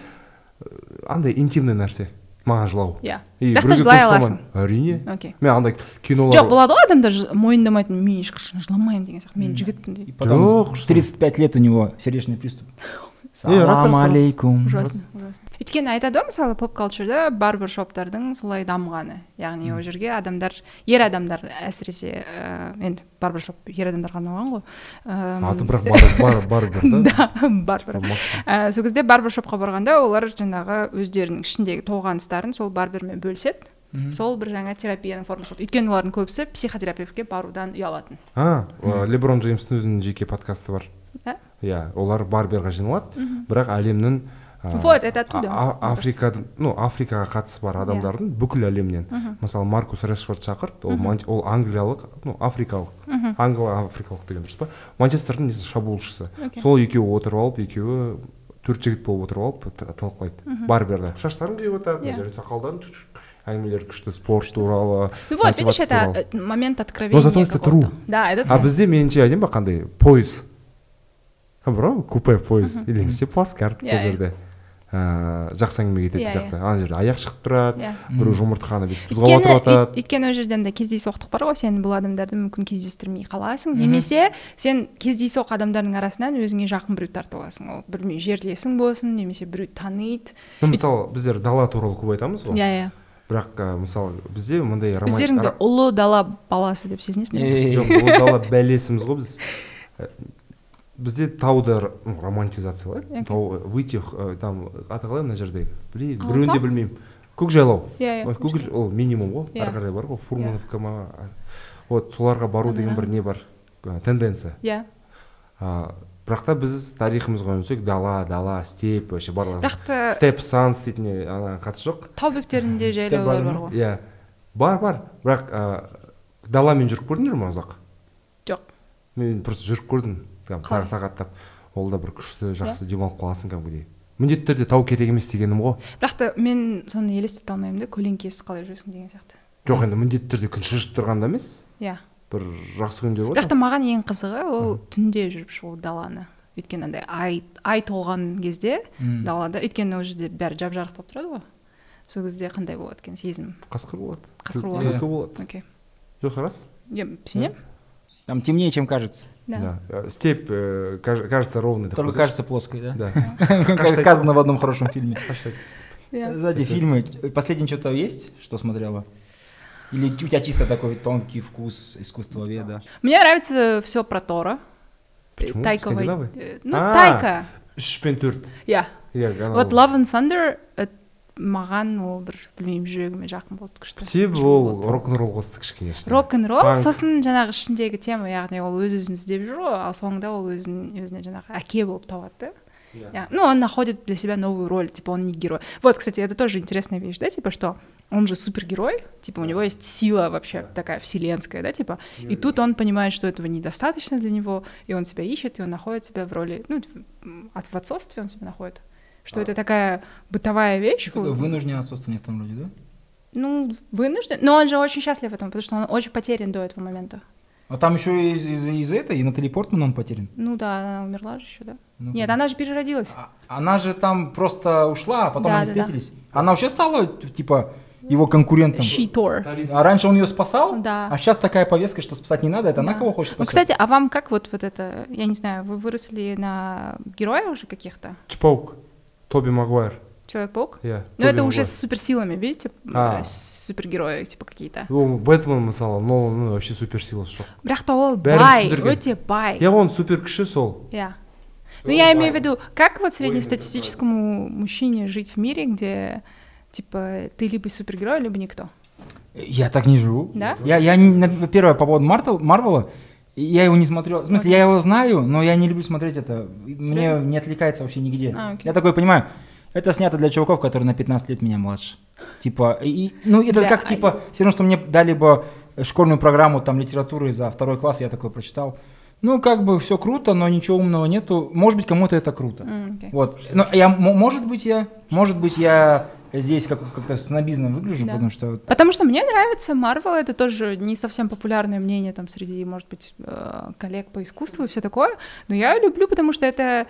э, андай интимный нәрсе маған жылау
иә
И
бірақ та
біреуге
жылай
көрсете
аласың
алмаймын. әрине
окей
мен андай кинолар
жоқ болады ғой адамдар жы- мойындамайтын мен ешқашан жыламаймын деген сияқты мен жігітпін
И
дейді
потом
Жоқ,
в 35 лет у него
*laughs*
сердечный приступ.
Не, Э, раз, раз,
Салам
раз.
алейкум.
ужасно ужасно. өйткені айтады ғой мысалы поп калчурда барбер шоптардың солай дамығаны яғни ол жерге адамдар ер адамдар әсіресе ііі енді барбер шоп ер адамдарға арналған ғой Эм, *laughs*
аты бірақ бар бар бар бір да
да барбер Ә, сол кезде барбершопқа барғанда олар жаңағы өздерінің ішіндегі толғаныстарын сол барбермен бөліседі сол бір жаңа терапияның формасы болды өйткені олардың көбісі психотерапевтке барудан ұялатын
а э, леброн джеймстің өзінің жеке подкасты бар
Ә?
иә олар барберға жиналады бірақ әлемнің э,
Вот, это оттуда,
а- а-
мне
африкадан- ну африкаға қатысы бар адамдардың бүкіл әлемнен мысалы маркус решфорд шақырды ол ман- ол англиялық ну африкалық англо африкалық деген дұрыс па манчестердің несі, шабуылшысы
Окей.
сол екеуі отырып алып екеуі төрт жігіт болып отырып алып та- талқылайды барберда шаштарын қиып жатады мына
Иә.
жерін сақалдарын әңгімелер күшті спорт туралы
ну вот видишь
мотивация туралы.
это э, момент откровения
зато это
какого-то.
true.
да это
А
true.
бізде меніңше айтайын ба қандай пойыз бро купе пойыз или немесе плацкарт
Иә,
сол
иә.
жерде ыыы жақсы әңгіме кететін
Иә, иә.
сияқты ана жерде аяқ шығып тұрады
Иә.
біреу жұмыртқаны бүйтіп тұзға
өйткені
батырып
үй-
жатады
өйткені ол жерден де кездейсоқтық бар ғой сен бұл адамдарды мүмкін кездестірмей қаласың немесе сен кездейсоқ адамдардың арасынан өзіңе жақын біреу тартып аласың ол білмей жерлесің болсын немесе біреу таниды
ну мысалы біздер дала туралы көп айтамыз ғой
иә иә
бірақ ы, мысалы бізде мындай роман-
өздеріңді
ра-
ұлы дала баласы деп сезінесіңдер ме?
Э,
жоқ
*laughs*
ол дала бәлесіміз ғой біз Ә, бізде тауды р- ну, романтизациялайды
Окей.
тау э, выйти ы, там аты қалай мына жерде біле-
Алма?
біреуін де білмеймін көкжайлау
иә иә
Ой, Google ол минимум ғой
Иә.
ары қарай бар ғой фурмановка ма а, вот соларға бару деген бір не бар ә, тенденция
иә
а, бірақ та біз тарихымызға үңілсек дала дала степь вообще барлығы
бірақ та
степ санс дейтін не- ана қатысы жоқ
тау бөктерінде жайлаулар бар ғой
иә бар бар бірақ ә, даламен жүріп көрдіңдер ме ұзақ
жоқ
мен просто жүріп көрдім там
Қалай? Иә.
тағы сағаттап ол да бір күшті жақсы демалып қаласың кәдімгідей міндетті түрде тау керек емес дегенім ғой
бірақ та мен соны елестете алмаймын да көлеңкесіз қалай жүресің деген сияқты
жоқ енді міндетті түрде күн шыжып тұрғанда емес
иә
бір жақсы күндер ғой
бірақ та маған ең қызығы ол түнде жүріп шығу даланы өйткені андай ай ай толған кезде
Мгм.
далада өйткені ол жерде бәрі жап жарық болып тұрады ғой сол кезде қандай болады екен сезім
қасқыр болады
Қасқыр
Түл-
болады.
түлкі болады
окей
жоқ рас
иә сенемін
Там темнее, чем кажется.
да
да Э, степь э, каж- кажется ровной да,
Только
просто-
кажется плоской, да?
да
*laughs* Как сказано в одном хорошем фильме.
Hashtag степь.
Иә.
Сзади фильмы. Последнее что-то есть, что смотрела? Или у тебя чисто такой тонкий вкус
Ну
искусствоведа?
мне нравится все про Тора
Почему?
Тайка Вай-
Скандинавы?
э, ну
А.
Тайка
үш пен төрт
иә
иә ана
вот
ол.
love and thunder э, маған ол бір білмеймін жүрегіме жақын болды күшті
себебі ол рок н ролл қосты кішкене ішіне.
рок н ролл
Панк.
сосын жаңағы ішіндегі тема яғни ол өз өзін іздеп жүр ғой ал соңында ол өзін өзіне жаңағы әке болып табады да Я- Ну, он находит для себя новую роль, типа он не герой. Вот, кстати, это тоже интересная вещь, да, типа что он же супергерой, типа у него есть сила вообще такая вселенская, да, типа. И тут он понимает, что этого недостаточно для него, и он себя ищет, и он находит себя в роли, ну, м, от в отцовстве он себя находит. Что
А.
это такая бытовая вещь.
Что такое вынужденное отсутствие в этом роде, да?
Ну, вынужден. Но он же очень счастлив в этом, потому что он очень потерян до этого момента.
А там еще из- из- из-за этого, и Натали Портман он потерян.
Ну да, она умерла же еще, да?
Ну,
Нет,
как-
она же переродилась.
А- Она же там просто ушла, а потом
Да,
они
да, да.
встретились. Она вообще стала, типа, его конкурентом.
She tore.
А раньше он ее спасал,
Да.
а сейчас такая повестка, что спасать не надо, это она
Да.
кого хочет
Ну,
спасать.
кстати, а вам как вот, вот это, я не знаю, вы выросли на героя уже каких-то?
Чпаук. тоби магуайр
Человек-паук?
иә
Ну, это
Тоби
уже
Магуайр.
с суперсилами, видите? м,
А.
э, Супергерои, типа, какие-то.
ол бэтмен мысалы ноланның вообще суперсиласы жоқ
Бірақ та ол
Бәрін
бай,
түсіндірген.
өте бай.
иә оның супер күші сол
Я. Ну, я имею в виду, как вот среднестатистическому мужчине жить в мире, где, типа, ты либо супергерой, либо никто?
Я так не живу.
Да?
Я, я не- на- первое по поводу Мартел- Марвела, я его не смотрю. В смысле, я его знаю, но я не люблю смотреть это. Мне не отвлекается вообще нигде.
А, окей.
я такой понимаю, это снято для чуваков, которые на 15 лет меня младше. Типа, и- ну это
Да,
как,
а-
типа, все равно, что мне дали бы школьную программу там литературы за второй класс, я такой прочитал. Ну, как бы все круто, но ничего умного нету. Может быть, кому-то это круто.
М, окей.
Вот. Но я, м- может быть, я, может быть, я здесь как- как-то снобизмом выгляжу,
Да.
потому что
Потому что мне нравится Марвел, это тоже не совсем популярное мнение там среди, может быть, э, коллег по искусству и все такое, но я люблю, потому что это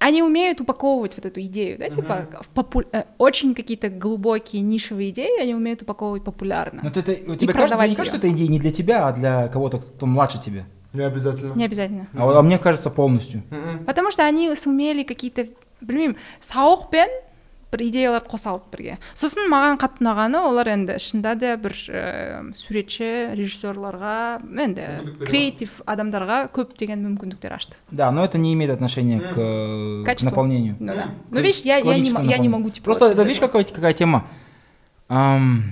они умеют упаковывать вот эту идею, да, типа в попу- э, очень какие-то глубокие нишевые идеи, они умеют упаковывать популярно.
Ну, это, у тебя кажется,
продавать
не
её.
кажется, что это идея не для тебя, а для кого-то, кто младше тебя?
не обязательно
Не обязательно.
А, вот- а мне кажется, полностью.
Потому что они сумели какие-то, білмеймін сауық пен бір идеяларды қоса алды бірге сосын маған қатты ұнағаны олар енді шынында да бір ііі суретші режиссерларға енді креатив адамдарға көптеген мүмкіндіктер ашты
Да, но это не имеет отношения к, э, к
Качеству.
наполнению.
Ну да.
К
Ну, видишь, я- я не
логическому
м- я не
наполнению.
могу, типа,
Просто,
вот без
это, видишь, какая, какая тема? Ам,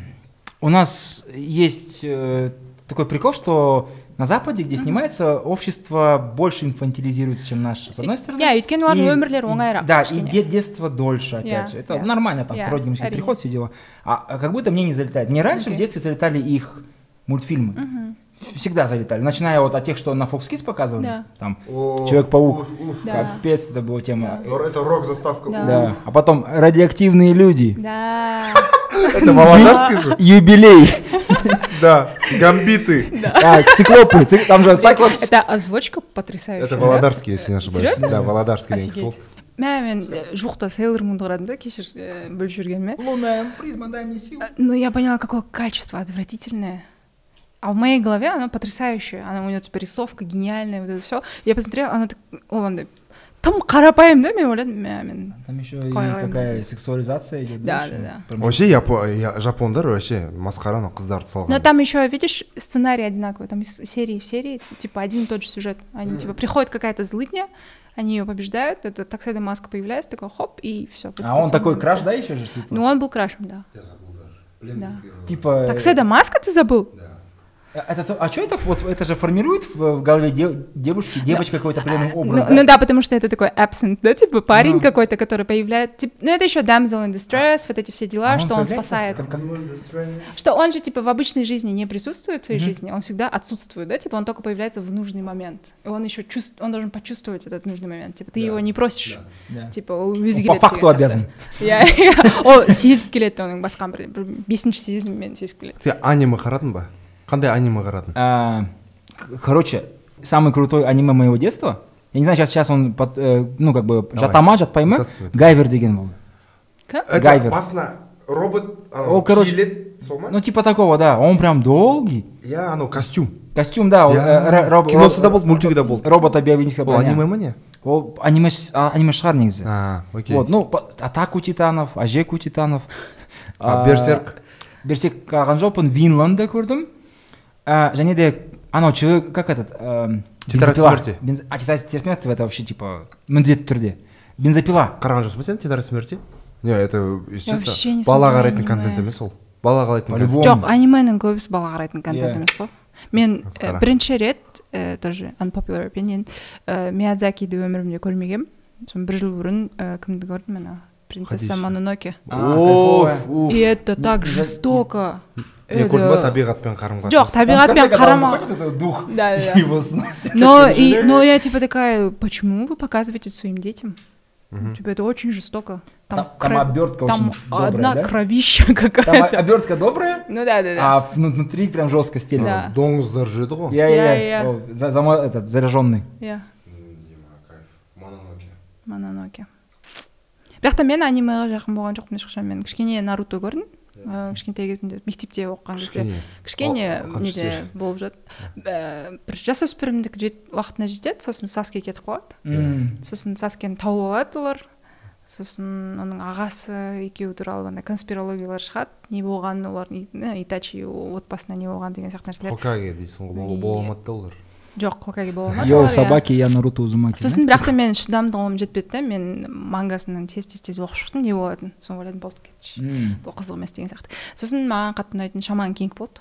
у нас есть э, такой прикол, что на Западе, где снимается, общество больше инфантилизируется, чем наше, с одной стороны.
иә өйткені
И-
олардың өмірлері
и-
оңайырақ
Да, и
кішкене.
де- детство дольше, опять
Я,
же. Это
я.
нормально, там,
Я,
второй дневнический
әрине.
переход, все дела. А, а как будто мне не залетает. Мне раньше в
Окей.
детстве залетали их мультфильмы.
Мгм.
Всегда залетали. Начиная вот от тех, что на Fox Kids показывали.
Да.
Там
О,
Человек-паук.
уф, уф.
Да.
Капец, это была тема. Э,
Р- Это рок-заставка.
Да.
Да. А потом радиоактивные люди.
да
это володарский же
*laughs* Юбилей.
да гамбиты
А, циклопы. цик- Там же *laughs* Cyclops.
это озвучка потрясающая
это
да?
володарский если не ошибаюсь
Серьезно?
да володарский деген
Офигеть.
кісі ол
мә мен э, жуықта сейлор мунды қарадым да кешір э, бөліп жібергеніме
Лунная призма, дай мне силу.
Э, Но я поняла, какое качество отвратительное. А в моей голове оно потрясающее. Оно у нее типа рисовка гениальная, вот это все. Я посмотрела, оно так, ол андай тым қарапайым да мен ойладым мә мен
Там еще и
Какая
такая
радость.
сексуализация идет.
Да,
еще.
да, да.
Там-
вообще япо- я- жапондар вообще масқара анау қыздарды
но
салған
там еще, видишь, сценарий одинаковый, там из серии в серии, типа один и тот же сюжет. Они типа приходит какая-то злыдня, они ее побеждают, это таксайда маска появляется, такой хоп, и все.
А он такой краш, да, еще же? типа?
Ну он был крашем, да.
Э,
Да.
Типа...
Таксайда маска ты забыл?
А Это, то- а что это вот это же формирует в, в голове дев- девушки девочка какой-то определенный
А,
образ?
Ну,
да?
ну да, потому что это такой absent, да, типа парень
Ну.
какой-то, который появляется. тип- ну это еще damsel in distress, вот эти все
А
дела, что он
появляется
спасает.
как- как-
Что он же типа в обычной жизни не присутствует в твоей жизни, он всегда отсутствует, да, типа он только появляется в нужный момент. И он еще чувств, он должен почувствовать этот нужный момент. Типа ты его не просишь.
да.
Типа ол өзі
Он
келеді
по факту
деген
обязан.
сияқты. Иә, иә. ол сезіп келеді оның басқа бір бір бесінші сезіммен сезіп келеді
сен аниме қарадың ба қандай аниме қарадың
А, к- короче, самый крутой аниме моего детства. Я не знаю, сейчас сейчас он под, э, ну как бы жатама, жатпайма.
вытаскивай.
Гайвер деген был.
Кім?
Это
Гайвер.
басына робот
О,
анау,
короче.
киіледі сол ма?
Ну типа такого, да. Он прям долгий.
иә анау костюм
Костюм, да. ол, э, ро-
Я-
роб-
киносы да
роб-
болды мультигі да болды
Робот объявлений
ол аниме ма не
Ол аниме ш- а, аниме шығар негізі.
а окей
Вот, ну, по- атаку титанов, ажеку титанов.
А,
а,
берсерк
берсерк қараған жоқпын винландды көрдім А, және де анау человек как этот эм,
Тетрадь
бензопила.
смерти.
Бенз- а тетрадь смерти это вообще типа міндетті түрде Бензопила.
қараған жоқсың ба сен тетрадь смерти не это
вообще не
естественно бала
смотрела
қарайтын
аниме.
контент емес ол бала қалайтын
По-любому.
контент.
жоқ анименің көбісі бала қарайтын контент
Иә.
емес қой мен
Масқара.
э, бірінші рет э, тоже unpopular opinion э, миядзакиді өмірімде көрмегенмін сон бір жыл бұрын э, кімді көрдім мен а, принцесса
Хадиша.
мононоке
А,
Оф,
кайфовая.
уф.
и это так
Не-
жестоко
не көрдің ба
Это-
табиғатпен қарым
жоқ
қатынас
табиғатпен қарама
этот дух,
Да, да,
и
да.
его сносит.
но и но я типа такая почему вы показываете это своим детям типа это очень жестоко
Там, там
кра-
обертка
там
очень добрая,
одна
да?
кровища
Там о-
какая-то
обертка добрая,
ну да да да
а в- ну, внутри прям жестко стелит.
Да.
доңыздар жүреді ғой
Я, я, я.
Я-я-я.
О, за- замо- этот, заряженный.
иә
кайф мононоке
мононоке бірақ та мен анимеға жақын болған жоқпын ешқашан мен кішкене наруто көрдім ыыы, кішкентай кезімде мектепте оқыған кезде
Кішкене.
кішкене
О,
неде
қаншасы?
болып жатады Ііі, бір жасөспірімдік жет- уақытына жетеді сосын саске кетіп қалады
М.
сосын саскені тауып алады олар сосын оның ағасы екеуі туралы андай конспирологиялар шығады не болған олардың и- не, итачи отбасына не болған деген сияқты нәрселер
хокаге дейсің ғой бола- бола алмады да олар
жоқ хокаге бола алмады
Йоу,
олар, иә.
собаки, я Наруто Узумаки. да?
сосын бірақ та менің шыдамдылығым жетпеді да мен мангасын тез тез тез оқып шықтым не болатынын соны ойладым болды кетші
М.
бұл қызық емес деген сияқты сосын маған қатты ұнайтын шаман кинг болды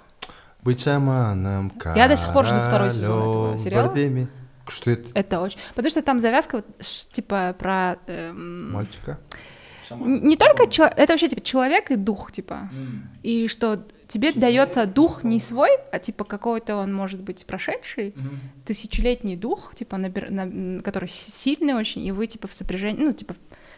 быть шаманом
Я до сих пор жду второй сезон этого
королём,
сериала.
бірдеме. күшті еді
это очень потому что там завязка вот, ш- типа про эм,
мальчика
н- не только чело- это вообще типа человек и дух типа и что тебе дается дух не свой а типа какой-то он может быть прошедший тысячелетний дух типа набер- на- м, который си- сильный очень и вы типа в сопряжении ну типа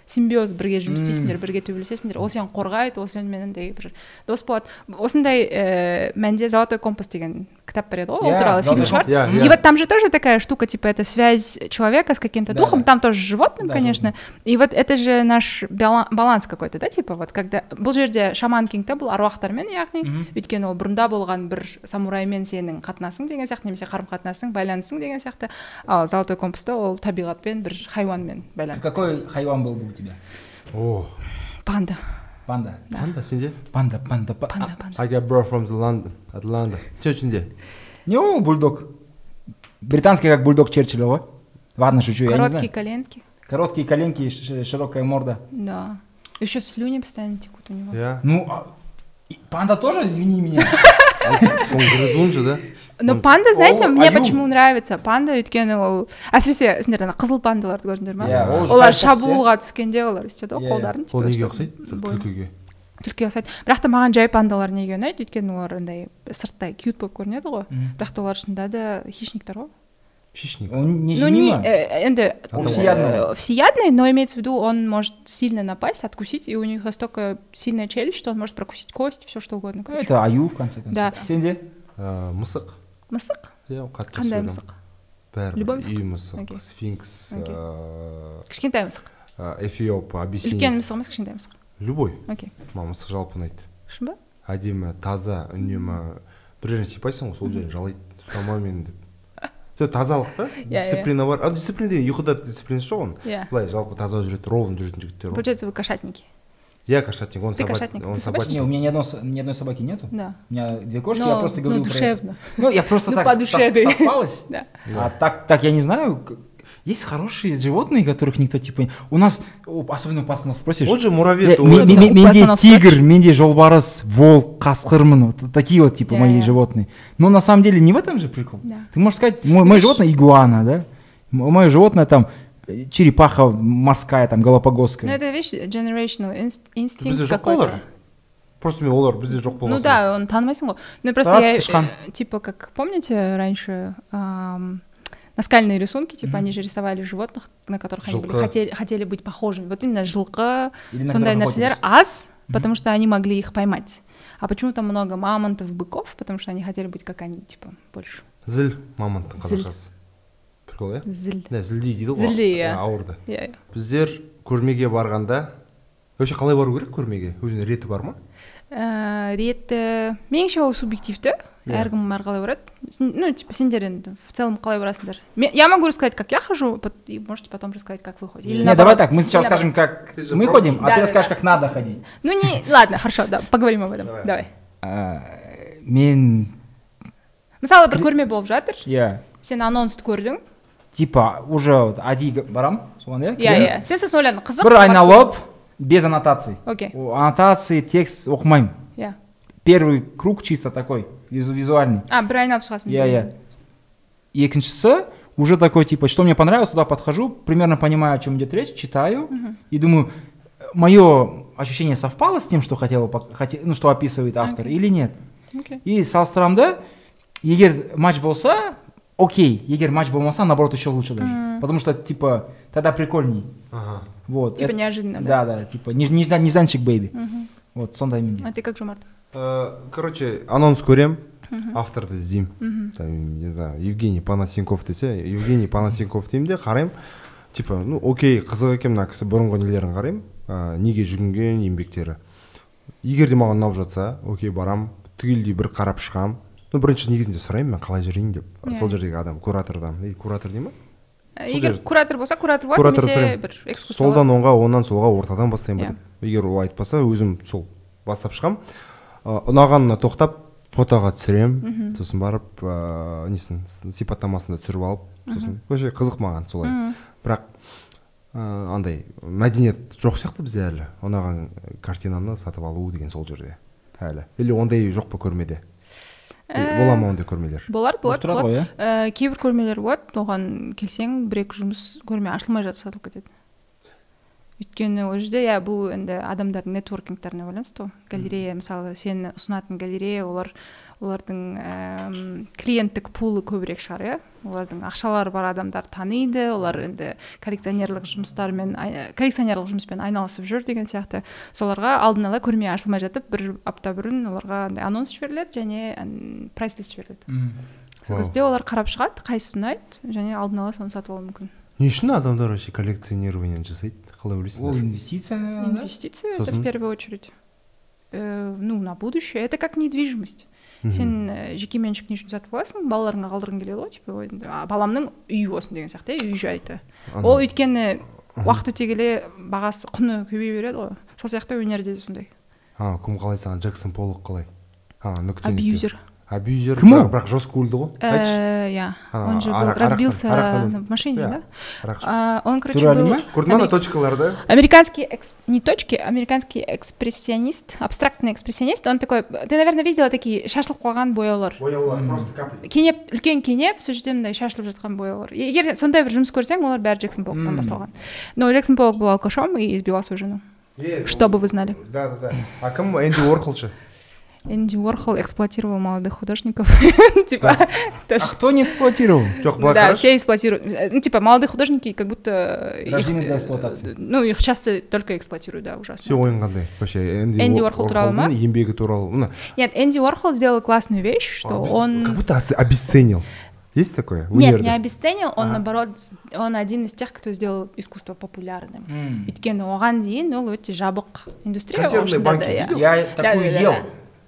симбиоз бірге жұмыс істейсіңдер бірге төбелесесіңдер ол сені қорғайды ол сенімен андай бір дос болады осындай ііі мәнде э, золотой компас деген кітап бар еді ғой ол
Иә,
туралы фильм
«Золотой
шығар
компас». Иә,
и
иә.
вот там же тоже такая штука типа это связь человека с каким-то
Да,
духом
да.
там тоже с животным
Да,
конечно и вот это же наш бяла- баланс какой-то да типа вот когда бұл жерде шаман кингте бұл аруақтармен яғни
Мгм.
өйткені ол бұрында болған бір самураймен сенің қатынасың деген сияқты немесе қарым қатынасың байланысың деген сияқты ал золотой компаста ол табиғатпен бір хайуанмен байланыс
Какой хайван был бы у тебя?
о
панда
Панда.
панда сенде
Панда, панда, па-
панда
а,
панда
I got bro from the London от Лондона чечінде
Не о, бульдог. Британский как бульдог Черчилля, во. Ладно, шучу, я не
короткие
знаю.
коленки
Короткие коленки, и ш- широкая морда.
да еще слюни постоянно текут у него
иә
Ну, а- и панда тоже, извини меня.
Ол грызун же да
но панда знаете
Ол
мне
аю.
почему нравится панда өйткені ол әсіресе сендер ана қызыл пандаларды көрдіңдер ма
*laughs* Я, Иә. ол
олар
жасап істе.
шабуылға түскенде олар істеді ғой
Иә, иә.
қолдарын
ол
типа,
неге
чтоб
ұқсайды
бойын-
түлкіге
түлкіге ұқсайды бірақ та маған жай пандалар неге ұнайды өйткені олар андай сырттай кьют болып көрінеді ғой
Мгм.
бірақ та олар шынында да хищниктер ғой
хищник
Он не
ну не
женима.
э, енді
Он
э,
всеядный.
всеядный но имеется в виду он может сильно напасть откусить и у них настолько сильная челюсть что он может прокусить кость все что угодно короче.
Это аю, в конце концов.
Да.
Сенде?
Ә, мысық
мысық
иә ол қатты
қандай
сөйлем.
мысық
бәрібір
Любой мысық?
үй мысық
Окей.
сфинкс
Окей.
ә,
кішкентай мысық
ә, эфиоп
үлкен
абиссинец
мысық емес кішкентай мысық
любой
окей
маған мысық жалпы ұнайды
шын ба
әдемі таза үнемі бір жерін сипайсың ғой сол жерін жалайды ұстама мені деп все тазалық
*laughs*
та дисциплина бар а дисциплина деген ұйқыда дисциплинасы жоқ оның
Иә.
былай жалпы таза жүреді ровно жүретін жігіттер ғой
получается вы кошатники
я кошатник он
Ты
собак-
кошатник,
он
ты собачник?
Не, у
собачник
меня ни, одно со- ни одной собаки нету.
да
У меня две кошки,
Но-
я просто
но
говорю про это.
душевно.
Ну, я просто
Ну,
так
по
со-
душе,
со-
да.
совпалось.
*laughs* да
А так, так я не знаю. к- Есть хорошие животные, которых никто типа... не- У нас, о, особенно у пацанов спросишь.
он же муравей
Э,
это
ме-
уже-
Особенно
ме-
у
Менде
пацанов
тигр,
спросишь.
менде жолбарыс, волк, қасқырмын. Вот такие вот типа мои
Да.
животные. Но на самом деле не в этом же прикол.
Да. Ну,
Ты можешь сказать, мой- мое животное игуана, да? М- Мое животное там э, черепаха морская, там
но
галапагосская.
Ну, это вещь generational инст- инстинкт
бізде жоқ қой
какой-то
олар просто мен олар бізде жоқ болған
Ну да, он танымайсың ғой. Ну просто
Тат,
я, э,
тышқан.
типа, как помните раньше ам, наскальные рисунки, типа,
Мгм.
они же рисовали животных, на которых они были-
Жылқы.
хотели, хотели быть похожими. Вот именно жылқы,
Или на
сондай
которых
нәрселер аз, потому что они могли их поймать. А почему-то много мамонтов, быков, потому что они хотели быть как они, типа, больше.
зіл мамонттың
Зіл.
қазақшасы прикол иә
Зіль.
да зілдей дейді ғой
Зілдей, иә.
Ә, ауырды
Иә, иә.
біздер көрмеге барғанда вообще қалай бару керек көрмеге өзінің реті бар ма
Ә, реті меніңше ол субъективті
Иә.
әркім әр қалай барады Сен- ну типа сендер енді в целом қалай барасыңдар Мен- я могу рассказать как я хожу пот- и можете потом рассказать как вы ходите Или
Не,
наоборот.
давай так, мы сначала
Или
скажем,
наоборот.
как
Ты же
мы
против?
ходим, а
Да,
ты
да,
расскажешь, как надо ходить.
ну не ладно хорошо да поговорим об этом
Давай.
давай
Ә, А, мен
мысалы бір көрме болып жатыр
иә
сен анонсты көрдің
типа уже вот әдейі барамын соған иә
иә
кіремін.
иә сен сосын ойлан қызық
бір
тақырып-
айналып без аннотаций
Окей.
О, аннотации текст оқымаймын
иә
первый круг чисто такой визу- визуальный
а бір айналып шығасың
я я екіншісі уже такой типа что мне понравилось туда подхожу примерно понимаю о чем идет речь читаю и думаю мое ощущение совпало с тем что хотел ну что описывает автор или нет
Окей.
и салыстырамын да егер матч болса окей егер матч болмаса наоборот еще лучше даже потому что типа тогда прикольней
Ага.
вот
типа
это-
неожиданно да
да да типа ниж- нижда- нежданчик бейби вот сондай менде
а ты как жомарт
Э, короче анонс көрем авторды іздеймін там не знаю евгений панасенков десе евгений панасенков деймін де қараймын типа ну окей қызық екен мына кісі бұрынғы нелерін қараймын ә, неге жүгінген еңбектері егер де маған ұнап жатса окей барам түгелдей бір қарап шығамын ну бірінші негізінде сұраймын мен қалай жүрейін деп
Иә.
сол жердегі адам куратордан Ей, куратор дей ма
Э, егер
жер-
куратор болса куратор болады
куратор
немесе бір
сұраймын
экскурсовод
солдан оңға оннан солға ортадан бастаймын ба
Иә.
деп егер ол айтпаса өзім сол бастап шығамын Ы, ұнағанына тоқтап фотоға түсіремін сосын барып ыыы несін с- сипаттамасын да түсіріп алып сосын вообще қызық маған солай бірақ ыыы андай мәдениет жоқ сияқты бізде әлі ұнаған картинаны сатып алу деген сол жерде әлі или ондай жоқ па көрмеде
Э,
бола ма ондай көрмелер
болар болады
тұрады ғой,
болады Э, кейбір көрмелер болады оған келсең бір екі жұмыс көрме ашылмай жатып сатылып кетеді өйткені ол жерде иә бұл енді адамдардың нетворкингтеріне байланысты ғой галерея мысалы сені ұсынатын галерея олар олардың әм, клиенттік пулы көбірек шығар иә олардың ақшалары бар адамдар таниды олар енді коллекционерлік жұмыстармен ай- ә, коллекционерлік жұмыспен айналысып жүр деген сияқты соларға алдын ала көрме ашылмай жатып бір апта бұрын оларға андай анонс жіберіледі және прайс лист жіберіледі сол
Вау.
кезде олар қарап шығады қайсысы ұнайды және алдын ала соны сатып алуы мүмкін
не үшін адамдар вообще коллекционирование жасайды қалай
ол
ойлайсыңдар
инвестиция наверное да?
инвестиция это
Сосын?
в первую очередь Э, ну на будущее это как недвижимость
Мгм.
сен ә, жеке меншік не үшін сатып аласың балаларыңа қалдырғың келеді ғой типа ой, а, баламның үйі болсын деген сияқты иә үй жайты
Ана-
ол өйткені уақыт өте келе бағасы құны көбейе береді ғой сол сияқты өнерде де сондай
а кім қалай саған джексон поллок қалай а нүкте нүкте.
абьюзер
абьюзер
Кім ол?
бірақ, бірақ жестко өлді ғой айтшы
Э, иә
Ана,
он же был-
арақ-
разбился
арақтан- арақтан-
в машине
иә,
да
арақ ішіп.
А, он короче
Дуралей
был
ма?
Курдмана
Америк-
точкаларды
Американский, экс- не точки, американский экспрессионист, абстрактный экспрессионист, он такой, ты, наверное, видела такие шашылып қойған бояулар.
бояулар просто капли
кенеп үлкен кенеп сол жерде мындай шашылып жатқан бояулар Е- егер сондай бір жұмыс көрсең олар бәрі джексон полоктан
Мм.
басталған но джексон полок был алкашом и избивал свою жену чтобы вы знали
да да да а кім энди уорхолчы
энди уорхол эксплуатировал молодых художников *laughs* типа
а
тоже
кто не эксплуатировал
жоқ былай
да,
қарашы
все эксплуатируют. Э, Ну, типа, молодые художники как будто... их,
Рождены для
э,
эксплуатации.
Ну, их часто только эксплуатируют, да, ужасно.
все ойың қандай вообще энди,
Энди
Уор-
Уорхол туралы ма?
Уорхолдың еңбегі туралы мына
Нет, Энди Уорхол сделал классную вещь, что
обес-
он...
как будто ос- обесценил есть такое
Нет,
өнерді?
не обесценил, он наоборот, с- он один из тех, кто сделал искусство популярным.
М.
Өйткені оған дейін ол өте жабық индустрия
Консервные
шынында да,
банки
иә.
видел?
Я такую
да,
ел.
да.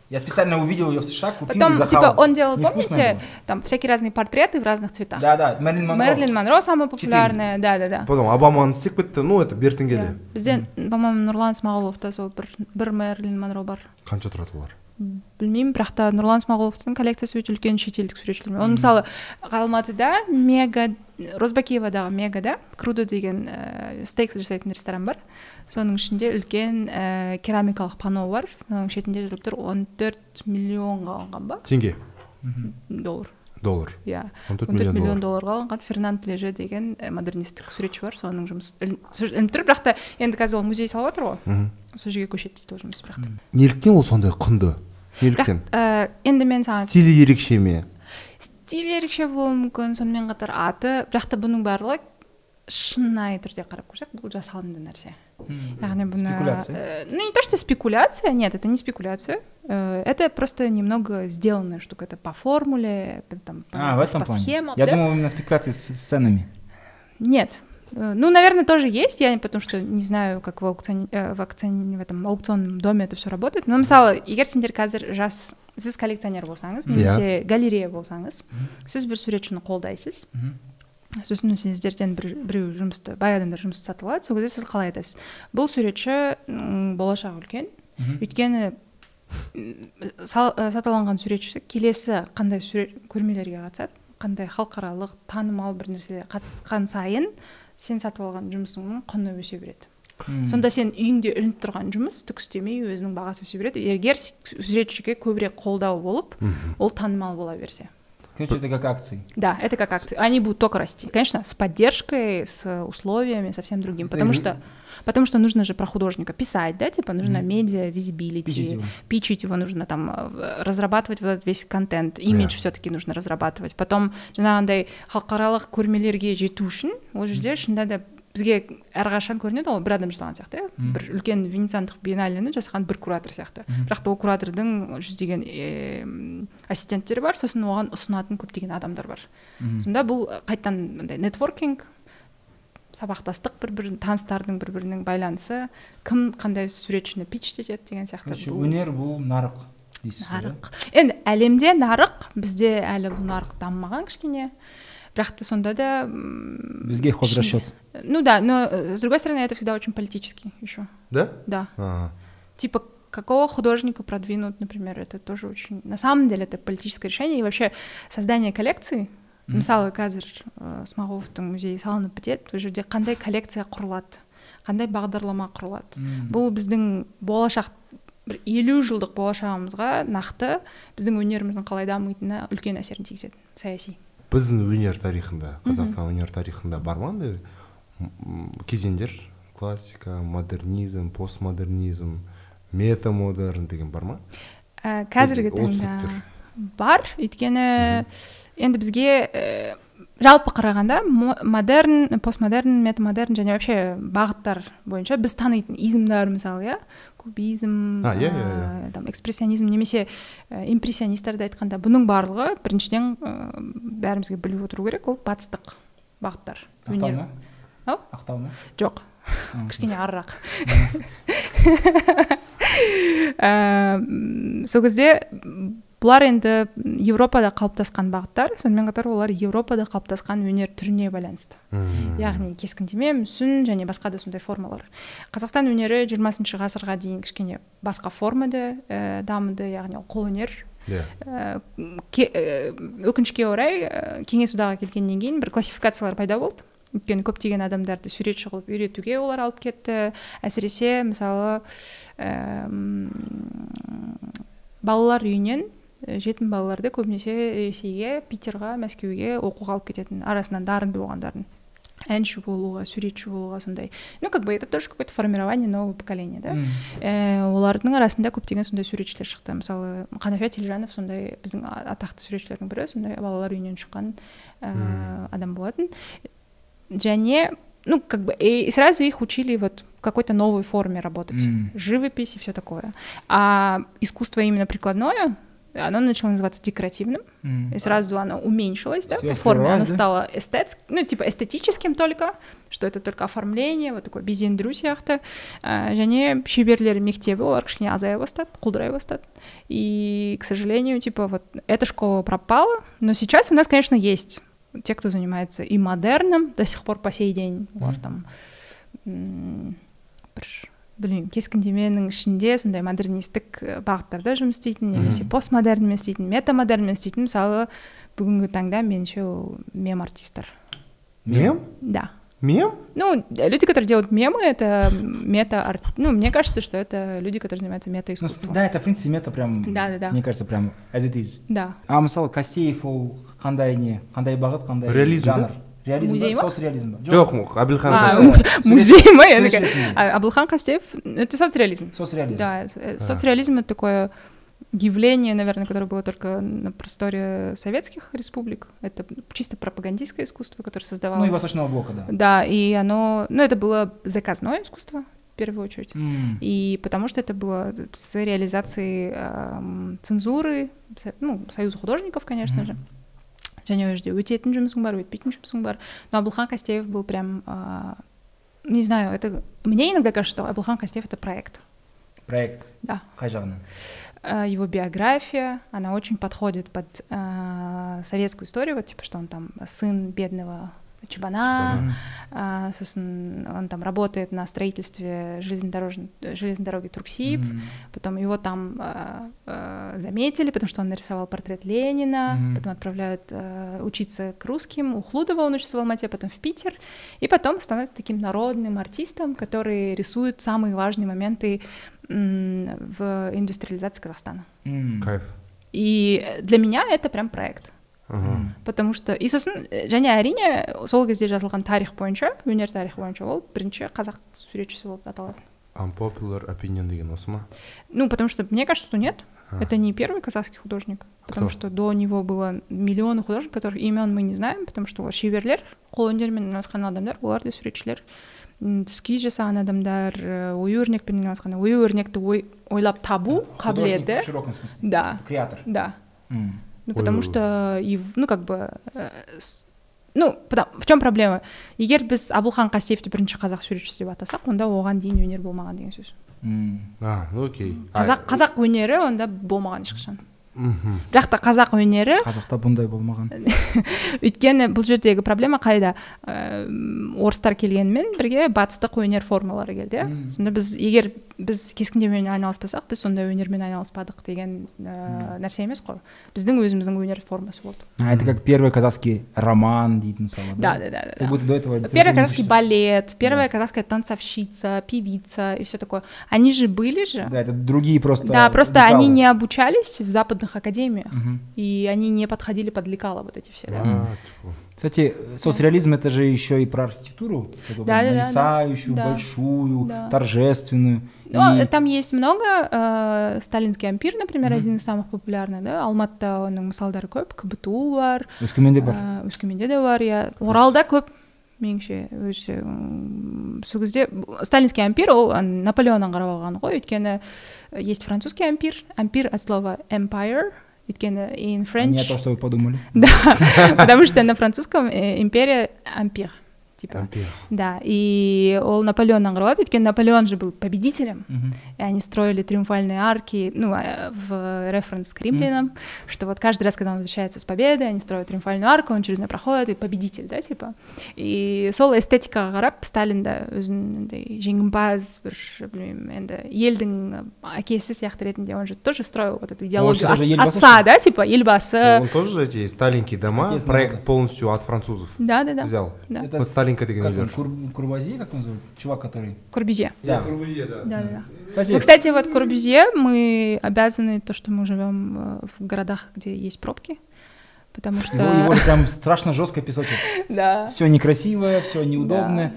Я специально увидел ее в США, купил и
Потом,
захавал.
типа, он делал,
Невкусная
помните,
была?
там всякие разные портреты в разных цветах.
Да, да, Мэрилин Монро.
Мэрилин Монро самая
Четыре.
популярная, да-да-да.
потом обаманы істеп кетті ну это бертін
Иә.
келе
бізде по-моему нұрлан смағұловта сол бір бір мэрилин монро бар
қанша тұрады олар
білмеймін бірақ та нұрлан смағұловтың коллекциясы өте үлкен шетелдік суретшілермен он мысалы алматыда мега розбакиевадағы мегада крудо деген ә, стейк жасайтын ресторан бар соның ішінде үлкен ә, керамикалық панно бар соның шетінде жазылып тұр 14 миллионға алынған ба
теңге
доллар
доллар
иә
14
он төрт
миллион
миллион
доллар.
долларға алынған фернанд леже деген ә, модернистік суретші бар соның жұмысы ілін- сюж- ілініп тұр бірақ та енді қазір ол музей салып жатыр ғой
Мгм.
сол жерге көшеді дейді ол жұмыс бірақ та
неліктен ол сондай құнды неліктен
бірақ ә, енді мен саған
стилі ерекше ме
стиль ерекше болуы мүмкін сонымен қатар аты бірақ та бұның барлығы шынайы түрде қарап көрсек бұл жасалынды нәрсе яғни бұны
Спекуляция.
э, ну не то что спекуляция нет это не спекуляция э, это просто немного сделанная штука это по формуле это там по,
А, в этом
по
плане.
схемам
Я
да?
думал именно спекуляции с сценами.
Нет. Э, Ну, наверное, тоже есть, я потому что не знаю, как в, аукционе, э, в, аукционе, в этом аукционном доме это все работает. Но, мысалы, егер сендер қазір жас сіз коллекционер болсаңыз
Мгм.
немесе галерея болсаңыз сіз бір суретшіні қолдайсіз сосын сіздерден бір, біреу жұмысты бай адамдар жұмысты сатып алады сол кезде сіз қалай айтасыз бұл суретші м, болашағы үлкен өйткені м, сал- э, сатып алынған суретші келесі қандай сурет көрмелерге қатысады қандай халықаралық танымал бір нәрселерге қатысқан сайын сен сатып алған жұмысыңның құны өсе береді сонда сен үйіңде ілініп тұрған жұмыс түк істемей өзінің бағасы өсе береді егер с- суретшіге көбірек қолдау болып ол танымал бола берсе
Короче, это как акции.
да это как акции они будут только расти конечно с поддержкой с условиями со всем другим потому
же-
что потому что нужно же про художника писать да типа нужно медиа визибилити
Пичить его.
пичить его нужно там э, разрабатывать вот этот весь контент имидж
Да.
все-таки нужно разрабатывать потом жаңағындай халықаралық көрмелерге жету үшін ол жерде шынында да бізге әрқашан көрінеді ғой бір адам жасаған сияқты иә
Мгм.
бір үлкен венециандық биенналені жасаған бір куратор сияқты бірақ та ол куратордың жүздеген э, м, ассистенттері бар сосын оған ұсынатын көптеген адамдар бар сонда бұл э, қайтадан мындай нетворкинг сабақтастық бір бірін таныстардың бір бірінің байланысы кім қандай суретшіні питчт етеді деген сияқты
Короче,
бұл-
өнер бұл нарық дейсіз ғой, да?
нарық енді әлемде нарық бізде әлі бұл нарық дамымаған кішкене бірақ та сонда да м,
Бізге хозрасчет.
ну да но э, с другой стороны это всегда очень политически еще
Да?
да
Ага.
типа какого художника продвинут например это тоже очень на самом деле это политическое решение и вообще создание коллекции мысалы қазір ә, смағұловтың музейі салынып бітеді ол жерде қандай коллекция құрылады қандай бағдарлама құрылады
Мгм.
бұл біздің болашақ бір елу жылдық болашағымызға нақты біздің өнеріміздің қалай дамитынына үлкен әсерін тигізеді саяси
біздің өнер тарихында қазақстан өнер тарихында бар ма андай м, м, кезеңдер классика модернизм постмодернизм метамодерн деген бар ма
ә, қазіргі
Ол
таңда
түсініктер.
бар өйткені енді бізге ә, жалпы қарағанда мо- модерн постмодерн метамодерн және вообще бағыттар бойынша біз танитын измдар мысалы иә кубизм
А, иә, иә,
ә, там экспрессионизм немесе ә, импрессионистерді айтқанда бұның барлығы біріншіден ә, бәрімізге біліп отыру керек ол батыстық бағыттар
Ақтау ма?
Ау?
Ақтау ма?
жоқ
М.
кішкене *laughs* арырақ Ә, м, сол кезде м, бұлар енді еуропада қалыптасқан бағыттар сонымен қатар олар еуропада қалыптасқан өнер түріне байланысты
Мгм.
яғни кескіндеме мүсін және басқа да сондай формалар қазақстан өнері 20 ғасырға дейін кішкене басқа формада ә, дамыды яғни ол қолөнер
иә
ә, ке- ә, өкінішке орай ә, кеңес одағы келгеннен кейін бір классификациялар пайда болды өйткені көптеген адамдарды суретші қылып үйретуге олар алып кетті әсіресе мысалы әм, балалар үйінен ә, жетім балаларды көбінесе ресейге питерға мәскеуге оқуға алып кететін арасынан дарынды болғандарын әнші болуға суретші болуға сондай ну как бы это тоже какое то формирование нового поколения да
М.
Э, олардың арасында көптеген сондай суретшілер шықты мысалы қанафия телжанов сондай біздің а- атақты суретшілердің бірі сондай балалар үйінен шыққан э, адам болатын және ну как бы и сразу их учили вот в какой-то новой форме работать
Мгм.
живопись и все такое а искусство именно прикладное оно начало называться декоративным
М.
и сразу оно уменьшилось, да,
Всё
по форме, оно
открывалось, да?
стало эстетским, ну, типа эстетическим только, что это только оформление, вот такой безендіру сияқты, ә, және шеберлер мектебі, олар кішкене азая бастады, құлдырай бастады, и, к сожалению, типа, вот эта школа пропала, но сейчас у нас, конечно, есть те, кто занимается и модерном до сих пор по сей день, олар
Мгм.
там, м, бір білмеймін кескіндеменің ішінде сондай модернистік ә, бағыттарда жұмыс істейтін немесе
Мгм.
постмодернмен істейтін метамодернмен істейтін мысалы бүгінгі таңда меніңше ол мем артистер
мем
да
мем
ну люди которые делают мемы это мета арт ну мне кажется что это люди которые занимаются мета
Ну,
искусством
да, это, в принципе, мета прям...
Да, да, да.
Мне кажется, прям as it is.
да
А мысалы Кастеев ол қандай не, қандай бағыт, қандай
Реализм, да?
жанр? Реализм ба,
Музей ма?
соцреализм ба?
жоқ м, әбілхан
А,
қасен.
*laughs* музей мы я
Суретшілер
такая,
музейі.
а, абылхан костеев это соцреализм
Соцреализм.
да э, соцреализм это такое явление, наверное, которое было только на просторе советских республик. Это чисто пропагандистское искусство, которое
Ну и
создавалось.
Восточного блока, да.
Да, и оно, ну, это было заказное искусство в первую очередь.
М.
И потому что это было с реализацией эм, цензуры, со- ну, союза художников, конечно же. және ол жерде өтетін жұмысың бар өтпейтін жұмысың бар но абылхан костеев был прям а, не знаю это мне иногда кажется что абылхан костеев это проект
Проект.
да
Қай жағынан?
Э, его биография, она очень подходит под э, советскую историю, вот типа, что он там сын бедного Чубана, а, сосын, он там работает на строительстве железнодорожной, э, железной дороги Турксиб,
Мгм.
потом его там а, а, заметили, потому что он нарисовал портрет Ленина,
Мгм.
потом отправляют а, учиться к русским, у Хлудова он учится в Алмате, а потом в Питер, и потом становится таким народным артистом, который рисует самые важные моменты м, в индустриализации Казахстана.
Мгм.
кайф
И для меня это прям проект.
Ага.
потому что и сосын э, және әрине сол кезде жазылған тарих бойынша өнер тарихы бойынша ол бірінші қазақ суретшісі болып аталады
unpopular opinion деген осы ма
ну потому что мне кажется что нет
А.
это не первый казахский художник потому
Кто?
что до него было миллионы художников которых имен мы не знаем потому что ол шеберлер қолөнермен айналысқан адамдар олар да суретшілер м, түскей жасаған адамдар ә, ою өрнекпен айналысқан ою өрнекті ой, ойлап табу
Художник
қабілеті
в широком смысле.
да
Креатор.
да
Мгм.
Ну, потому
Ой-ой-ой.
что, и в- ну, как бы, э, с- ну, потом- в чем проблема? егер біз абылхан қастеевті бірінші қазақ суретшісі деп атасақ онда оған дейін өнер болмаған деген сөз
Мгм.
а ну окей
қазақ
А,
қазақ өнері онда болмаған ешқашан
мгм.
бірақ та қазақ өнері
қазақта бұндай болмаған
өйткені бұл жердегі проблема қайда Эм, орыстар келгенімен бірге батыстық өнер формалары келді иә
Мгм.
сонда біз егер біз кескіндемемен айналыспасақ біз сондай өнермен айналыспадық деген ә, нәрсе емес қой біздің өзіміздің өнер формасы болды
А это как первый казахский роман дейді мысалы
да да да, да, да.
как будто до этого литература
Первый
не
казахский
существовало.
балет, первая
Да.
казахская танцовщица, певица и все такое. Они же были же.
да это другие просто
Да, просто
лекала.
они не обучались в западных академиях,
Мгм.
и они не подходили под лекала вот эти все. Да,
А, типа,
Кстати, соцреализм это же еще и про архитектуру, такую
Да, да, да, да.
нависающую,
Да.
большую,
Да. Ну,
торжественную.
Но
И-
там есть много. э, сталинский ампир, например,
Мгм.
один из самых популярных. Да? Алматыда оның мысалдары көп, КБТУ бар,
өскеменде бар
ә, Э, өскеменде де бар, иә. Оралда көп меніңше өзі м, сол кезде бұл- сталинский ампир ол ә, наполеоннан қарап алған ғой өйткені ә, есть французский ампир ампир от слова empire өйткені in
А не о
french
том, что вы подумали.
*laughs* да потому что на французском э, империя ампир типа
ампер.
да и ол наполеоннан құралады өйткені наполеон же был победителем
Мгм.
и они строили триумфальные арки, ну, э, в референс к римлянам, что вот каждый раз, когда он возвращается с победы, они строят триумфальную арку, он через нее проходит, и победитель, да, типа. И сол эстетикаға қарап сталин да өзін андай жеңімпаз бір білмеймін енді елдің әкесі сияқты ретінде он же тоже строил вот эту идеологию
сейчас же
от-
елбасы, что
отца
ли?
да типа елбасы
он тоже же эти старенькие дома
Естественно, да.
проект полностью от французов
да да да
взял
да
Это-
вот старенько деген
Как он,
үйлер
Кур- Курвази, как он зовут? Чувак, который...
Корбюзье
Да.
да да, да.
Кстати,
Ну, кстати, вот Корбюзье, мы обязаны то, что мы живем э, в городах, где есть пробки, потому что...
его, его же прям страшно жестко песочек.
Да.
Все некрасивое, все неудобное.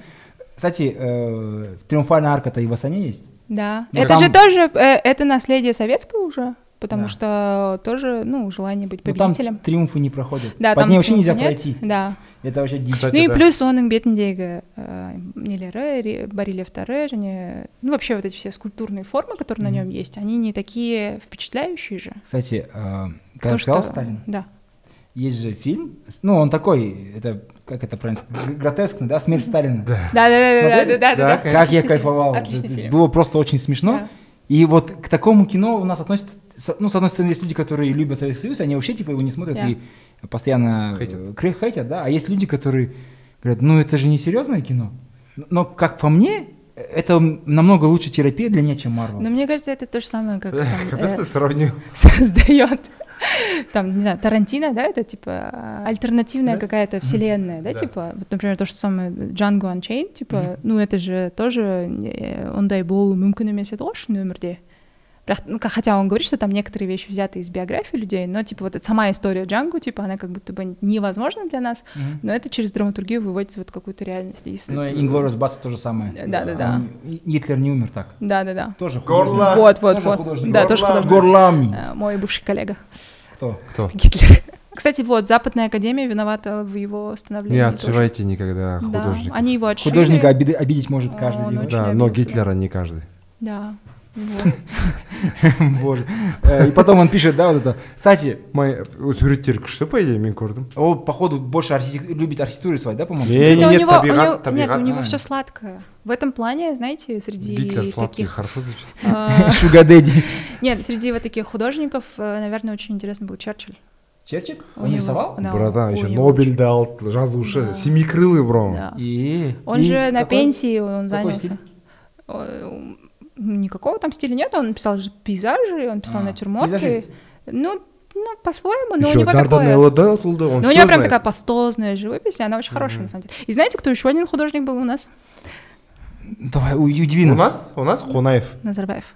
Кстати, э, триумфальная арка-то и в Астане есть.
Да.
Ну,
это
там-
же тоже, э, это наследие советского уже, потому
Да.
что тоже, ну, желание быть
Но там
победителем.
триумфы не проходят.
да,
Под
там
ней вообще
триумфа
нельзя
нет.
пройти.
Да.
Это вообще дичь.
Кстати,
ну и
да.
плюс оның бетіндегі ә, нелері ре- барельефтары және ну вообще вот эти все скульптурные формы, которые на нем есть, они не такие впечатляющие же.
Кстати, э, когда
Потому
сказал
что-
Сталин,
Да.
есть же фильм, с- ну он такой, это как это правильно, сказать, гр- гротескный, да, смерть Сталина.
Да, да, да, да,
Смотрели?
да, да, да.
Да,
Как
Отличный
я
фильм.
кайфовал.
Отличный
Это
фильм.
Было просто очень смешно.
Да.
И вот к такому кино у нас относятся, с- ну, с одной стороны, есть люди, которые любят Советский Союз, они вообще, типа, его не смотрят
Да.
и постоянно
Хейтят.
э, кре- хейтят, да, а есть люди, которые говорят, ну, это же не серьезное кино. Но, как по мне, э, это м- намного лучше терапия для меня, чем Марвел.
Но мне кажется, это то же самое,
*laughs*
как там,
Капец,
э,
ты сравнил.
*laughs* создает там, не знаю, Тарантино, да, это типа а, альтернативная какая-то вселенная, да,
Да.
типа, вот, например, то, что самое Django Unchained, типа, ну, это же тоже э, ондай болу мүмкін емес еді ғой шын өмірде. Бірақ, ну, ка- хотя он говорит, что там некоторые вещи взяты из биографии людей, но, типа, вот эта сама история Джанго, типа, она как будто бы невозможна для нас,
Мгм.
но это через драматургию выводится вот в какую-то реальность. И с-
Но Inglourious Basterds» то же самое.
э,
Э,
Да, да, да.
Он- и- Гитлер не умер так.
Да-да-да.
Тоже
Горло.
художник.
Вот, вот,
Тоже
вот.
художник.
Да, тоже художник.
Горлами.
Э, Мой бывший коллега.
Кто?
кто
Гитлер. Кстати, вот, Западная Академия виновата в его становлении.
не
тоже.
отшивайте никогда
Да,
художника
они его отшили.
Художника обиды- обидеть может каждый.
Он
его.
очень
да но
обиделся.
Гитлера не каждый
Да. вот.
*laughs* Боже. Э, И потом он пишет, да, вот это. Кстати,
Май- осы суреттер күшті по идее мен көрдім
Ол, походу, больше архитек- любит архитектуру рисовать, да, по-моему?
Не,
Кстати,
не,
у
нет,
него, у него-
табиғат,
нет, у
табиғат.
него
А.
все сладкое. В этом плане, знаете, среди
Гитлер сладкий,
таких...
хорошо звучит.
э,
*laughs* Шугадэдди.
Нет, среди вот таких художников, э, наверное, очень интересно был Черчилль.
Черчик?
У
Он
него-
рисовал?
да,
Братан,
у
еще
него-
Нобельді алды жазушы
Да.
семикрылый бро
Да.
И-
Он
и
же на
какой?
пенсии, он
Какой
занялся.
стиль?
О, Никакого там стиля нет, он писал же пейзажи, он писал
А,
натюрморты.
пейзажист.
ну, ну, по-своему, но у
еще
него такое...
дарданелла да тұлды, он
Ну, у него
все
прям такая
знает
пастозная живопись, и она очень хорошая, на самом деле. И знаете, кто еще один художник был у нас?
Давай, у- удиви
у нас
нас.
у нас қонаев
Назарбаев.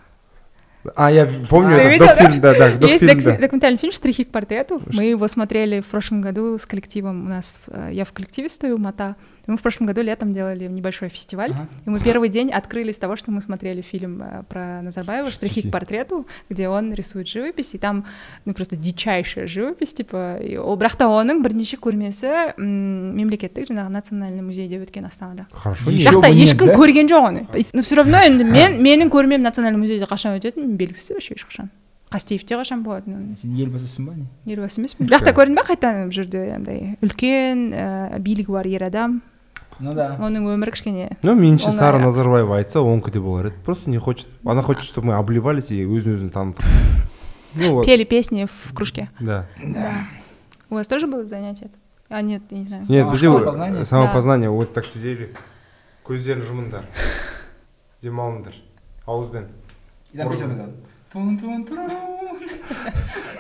а я помню
А,
этот
видел, да?
докфильм да да
Есть
докфильм,
док-
да.
документальный фильм «Штрихи к портрету». Мы его смотрели в прошлом году с коллективом. У нас э, я в коллективе стою, Мата. И Мы в прошлом году летом делали небольшой фестиваль,
Ага.
и мы первый день открыли с того, что мы смотрели фильм э, про Назарбаева «Штрихи к
Штрихи.
портрету», где он рисует живопись, и там ну, просто дичайшая живопись, типа, и ол бірақ та оның бірнеше көрмесі м, мемлекеттік жаңағы национальный музейде өткен астанада
хорошо
Еще
жақта
бы нет,
ешкім
да?
көрген жоқ оны но все равно енді мен менің көрмем национальный музейде қашан өтетіні белгісіз вообще ешқашан қастеевте қашан болады ну,
Сен елбасысың ба не?
елбасы емеспін бірақ та көрдің ба қайтадан бұл жерде андай үлкен ііі билігі бар ер адам
Ну да.
оның өмірі кішкене
ну меніңше
Оңай
сара
ақ.
назарбаева айтса онікі де болар еді просто не хочет она хочет чтобы мы обливались и өзін өзін таныттық ну вот
пели песни в кружке
да
у вас тоже было занятие а нет я не знаю
нет
Само-
бізде вот,
самопознание?
э, самопознание вот так сидели көздерін
*laughs*
жұмыңдар демалыңдар ауызбен
И там песня такая. Тун-тун-туруру.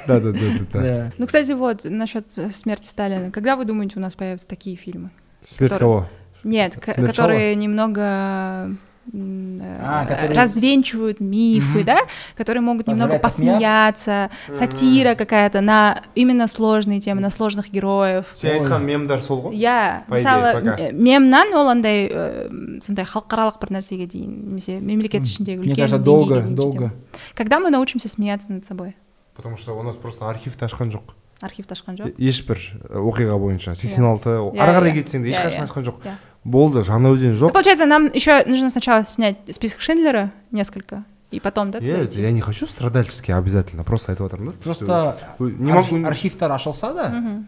да да да да да
Да.
ну кстати вот насчет смерти Сталина когда вы думаете у нас появятся такие фильмы
смерть
Который-
кого
Нет, к-
Смерчала?
которые немного м, э,
А, которые-
развенчивают мифы,
Мгм.
да, которые могут немного
Позволяют
посмеяться, сатира какая-то на именно сложные темы, на сложных героев.
сен айтқан мемдар сол
иә
ғой По идее, пока.
мысалы мемнан ол андай ыыы э, сондай халықаралық бір нәрсеге дейін немесе мемлекет ішіндегі
Мне
үлкен
кажется,
деңгейге
долго,
дейін
долго.
жетеді. когда мы научимся смеяться над собой
потому что у нас просто архивті ашқан жоқ
архивті ашқан жоқ
Е- ешбір э, оқиға бойынша сексен алты
Иә,
ары қарай
иә.
кетсең де
Иә,
ешқашан
иә.
ашқан жоқ
Иә.
болды жаңаөзен
Ну,
жоқ
получается нам еще нужно сначала снять список Шиндлера несколько и потом да туда
Иә,
идти.
я не хочу страдальчески обязательно просто айтып жатырмын да
Просто
Ой, не могу
арх- архивтар ашылса да,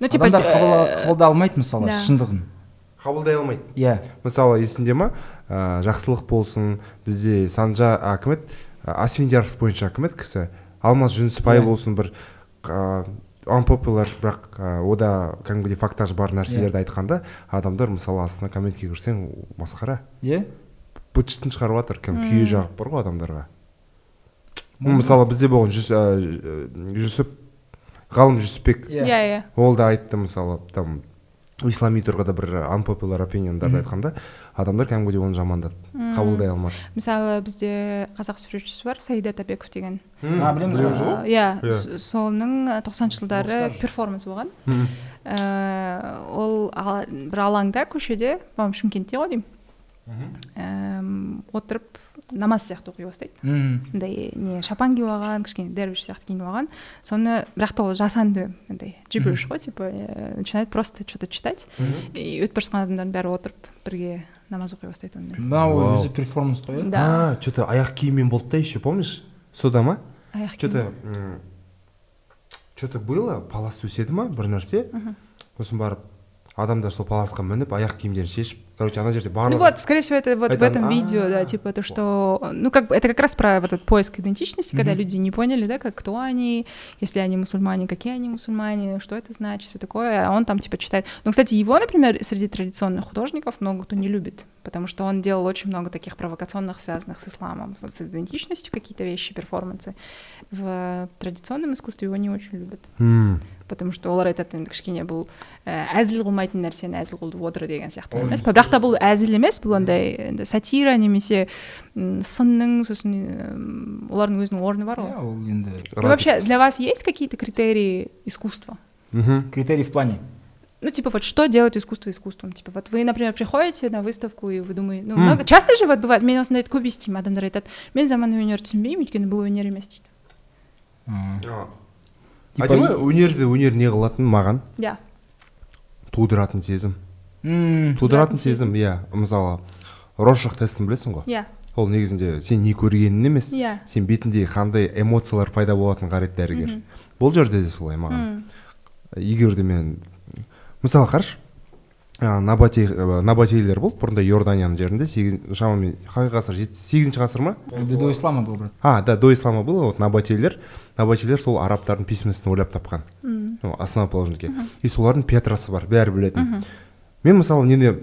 ну типа
адамдар қабыла-
э,
қабылдай алмайды мысалы
да.
шындығын.
қабылдай алмайды
Иә.
мысалы есіңде ма ә, жақсылық болсын бізде санжа а, кім еді ә, асфендияров бойынша кім еді кісі алмаз жүнісбай
Иә.
болсын бір ә, unpopular бірақ ә, ода кәдімгідей фактаж бар нәрселерді айтқанда адамдар мысалы астына комментке кірсең масқара
Иә.
быт шығарып жатыр кім күйе жағып бар ғой адамдарға Ну, мысалы бізде болған жүс, ә, ә, жүсіп ғалым жүсіпбек
Иә.
иә иә
ол да айтты мысалы там ислами тұрғыда бір unpopular opinionдарды айтқанда адамдар кәдімгідей оны жамандады қабылдай алмады
мысалы бізде қазақ суретшісі бар саида тапеков деген
А, білеміз
білеміз
ғой.
Ә,
ғой
иә
Иә.
с- соның тоқсаныншы жылдары перформанс болған
Мгм.
Ә, ол ала- бір алаңда көшеде по шымкентте ғой деймін Әм, отырып намаз сияқты оқи бастайды
Мгм.
мындай не шапан киіп алған кішкене дервиш сияқты киініп алған соны бірақ та ол жасанды андай джибриш ғой типа ә, начинает просто что то читать и өтіп бара жатқан адамдардың бәрі отырып бірге намаз оқи бастайды онымен
мынау
Вау.
өзі перформанс қой иә?
да
а че то аяқ киіммен болды да еще помнишь сода ма
аяқ
че
киім.
то че то было палас төседі ма бір нәрсе сосын барып адамдар сол паласқа мініп аяқ киімдерін шешіп короче ана жерде
Ну
барлығы
вот, скорее всего, это вот в
Это-
этом видео, да,
А.
типа то, что... Ну, как бы это как раз про вот этот поиск идентичности, когда люди не поняли, да, как кто они, если они мусульмане, какие они мусульмане, что это значит, все такое, а он там типа читает. Ну, кстати, его, например, среди традиционных художников много кто не любит, потому что он делал очень много таких провокационных, связанных с исламом, вот с идентичностью какие-то вещи, перформансы. В традиционном искусстве его не очень любят
М.
потому что олар айтатын кішкене бұл ә, әзіл қылмайтын нәрсені әзіл қылып отыр деген сияқты емес па бірақ та бұл әзіл емес бұл андай енді сатира немесе м, сынның сосын м, олардың өзінің орны бар ғой
Иә, ол енді
Ну, вообще для вас есть какие-то критерии искусства
Мгм.
критерий в плане.
ну типа вот что делает искусство искусством типа вот вы например приходите на выставку и вы думаете ну много часто же вот бывает мен осындай көп естимін адамдар айтады мен заманауи өнерді түсінбеймін өйткені бұл өнер емес дейді
М.
А.
Типа-
Айтады ма, өнерді өнер не қылатын маған
иә
тудыратын сезім
М.
тудыратын сезім иә мысалы роршах тестін білесің ғой
иә
ол негізінде сен не көргенін емес
Иә.
сен бетіңдегі қандай эмоциялар пайда болатынын қарайды дәрігер бұл жерде де солай маған егер де мен мысалы қарашы ә, набати ә, набатейлер болды бұрында иорданияның жерінде сегіз- шамамен қай ғасыр жет- сегізінші ғасыр ма
Әлде до ислама был, брат.
а да до ислама было вот набатейлер набатейлер сол арабтардың письменностін ойлап тапқан ну, основоположники и солардың петрасы бар бәрі білетін мен мысалы неде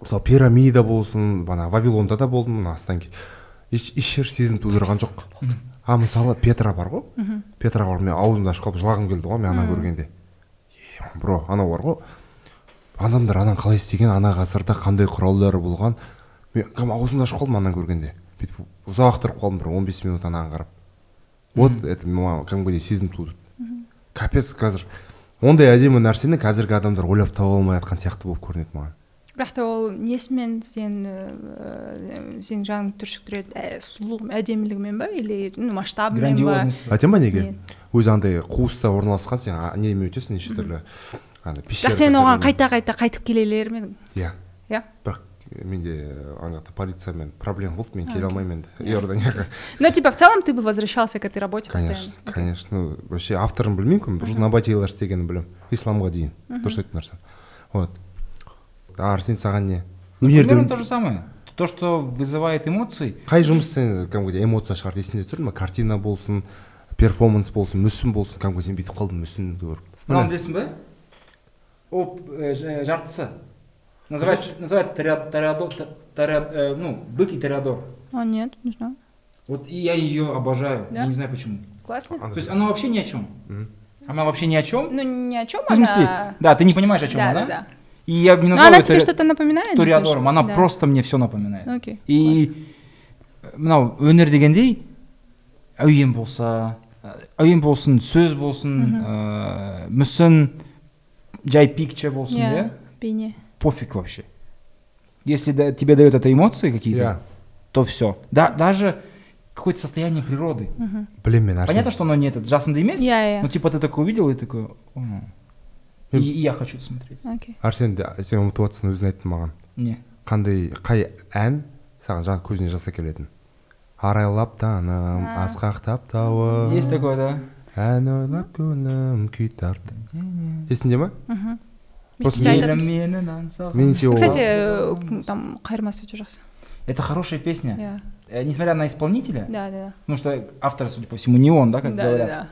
мысалы пирамида болсын бана вавилонда да болдым мына останки еш еш жер сезім тудырған жоқ а мысалы петра бар ғой петраға барып мен аузымды ашып қалып жылағым келді ғой мен ана көргенде «Е, бро анау бар ғой адамдар ананы қалай істеген ана ғасырда қандай құралдары болған мен кәдімгі аузымды ашып қалдым ананы көргенде бүйтіп ұзақ тұрып қалдым бір он бес минут анаған қарап вот это маған кәдімгідей сезім тудырды капец қазір ондай әдемі нәрсені қазіргі адамдар ойлап таба алмай жатқан сияқты болып көрінеді маған
бірақ та ол несімен сен э, ііі сенің жаныңды түршіктіреді ә, сұлу әдемілігімен ба или ну, масштабымен ба
Грандиозность.
айтайын ба неге
Нет.
өзі андай қуыста орналасқан сен а, немен өтесің неше түрлі андай пещера
бірақ сен оған
заттармен.
қайта қайта қайтып келелер ме едің
иә
иә
бірақ менде ана жақта полициямен проблема болды мен келе алмаймын
Иә.
енді иорданияға
но типа в целом ты бы возвращался к этой работе
конечно
постоянно
конечно ну вообще авторын білмеймін кім бірақ набатилар істегенін білемін исламға дейін дұрыс айтқан нәрсе вот а арсен саған не
Примерно то
өнердің
же самое. То, что вызывает эмоции,
қай жұмыс сені кәдімгідей эмоция шығарды есіңде түсірдің ба картина болсын перформанс болсын мүсін болсын кәдімгі сен бүйтіп қалдың мүсінді көріп
мынаны білесің ба ол э, ж- э, жартысы называется называется тореад- тореадо- то- тореад- э, ну бык и тореадор
о нет не знаю
вот и я ее обожаю
Да?
я не знаю почему
классно
Ана-
то есть она вообще ни о чем она вообще ни о чем
ну ни о чем
в смысле
она
да ты не понимаешь о чем
да
она
да да
и я бы не
но
назвал
она
её
тебе
торе-
что-то напоминает
тореадором она
Да.
просто мне все напоминает
окей
и мынау өнер дегендей әуен болса ә, әуен болсын сөз болсын ә, мүсін жай пикче болсын иә
иә бейне
пофиг вообще. Если да- тебе дает это эмоции какие-то,
Я.
то все. Да, даже какое-то состояние природы.
білемін мен арсен
Понятно, что оно не этот жасанды емес,
Я-я.
но типа ты такое увидел и такой, «О, и,
Э.
и я хочу это смотреть.
окей
арсен да, сен ұмытып жатсың өзің айттың маған
Не.
қандай қай ән саған жа- көзіне жас әкелетін арайлап таным
А.
асқақтап тауым
Есть такое, да?
ән ойлап көңілім күй тартты есіңде ма
мхм
Просто
Мектепте
Мейлі
айтамыз.
мені аңсаған.
меніңше
Ну,
ол
кстати э, к- там қайырмасы өте жақсы
Это хорошая песня.
иә
Э, Несмотря на исполнителя,
да да
потому что автор, судя по всему, не он, да,
да
как
да
говорят.
да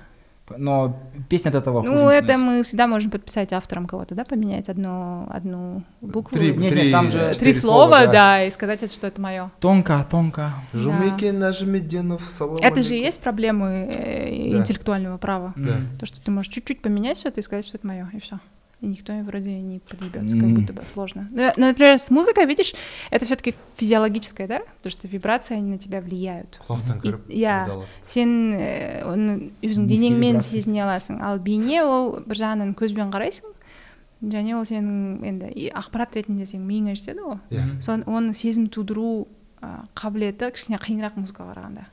Но песня от этого хуже
ну
не
это
становится.
мы всегда можем подписать автором кого-то да поменять одну одну букву Э,
три,
Нет, нет,
три-
там же-
четыре
три слова да и сказать что это мое
Тонко, тонко.
жұмекен нәжімеденов салам
Это же и
алейкум.
есть проблемы э,
Ну, Да.
интеллектуального права.
Да.
То, что ты можешь чуть-чуть поменять все это и сказать, что это мое, и все. И никто вроде не подъебется, как
М.
будто бы сложно. Но, например, с музыкой, видишь, это все-таки физиологическое, да? То, что вибрации, они на тебя влияют.
құлақтан
И-
кіріп
иә.
қадалып.
сен ііі оны өзің
Несие
денеңмен
вибрация.
сезіне аласың ал бейне ол бір жағынан көзбен қарайсың және ол сенің енді и ақпарат ретінде сенің миыңа жетеді ғой
Иә.
сон оны сезім тудыру ә, қабілеті кішкене қиынырақ музыкаға қарағанда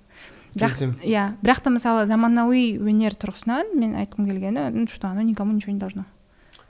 бірақ
Келісемін.
иә бірақ та мысалы заманауи өнер тұрғысынан мен айтқым келгені ну что оно никому ничего не должно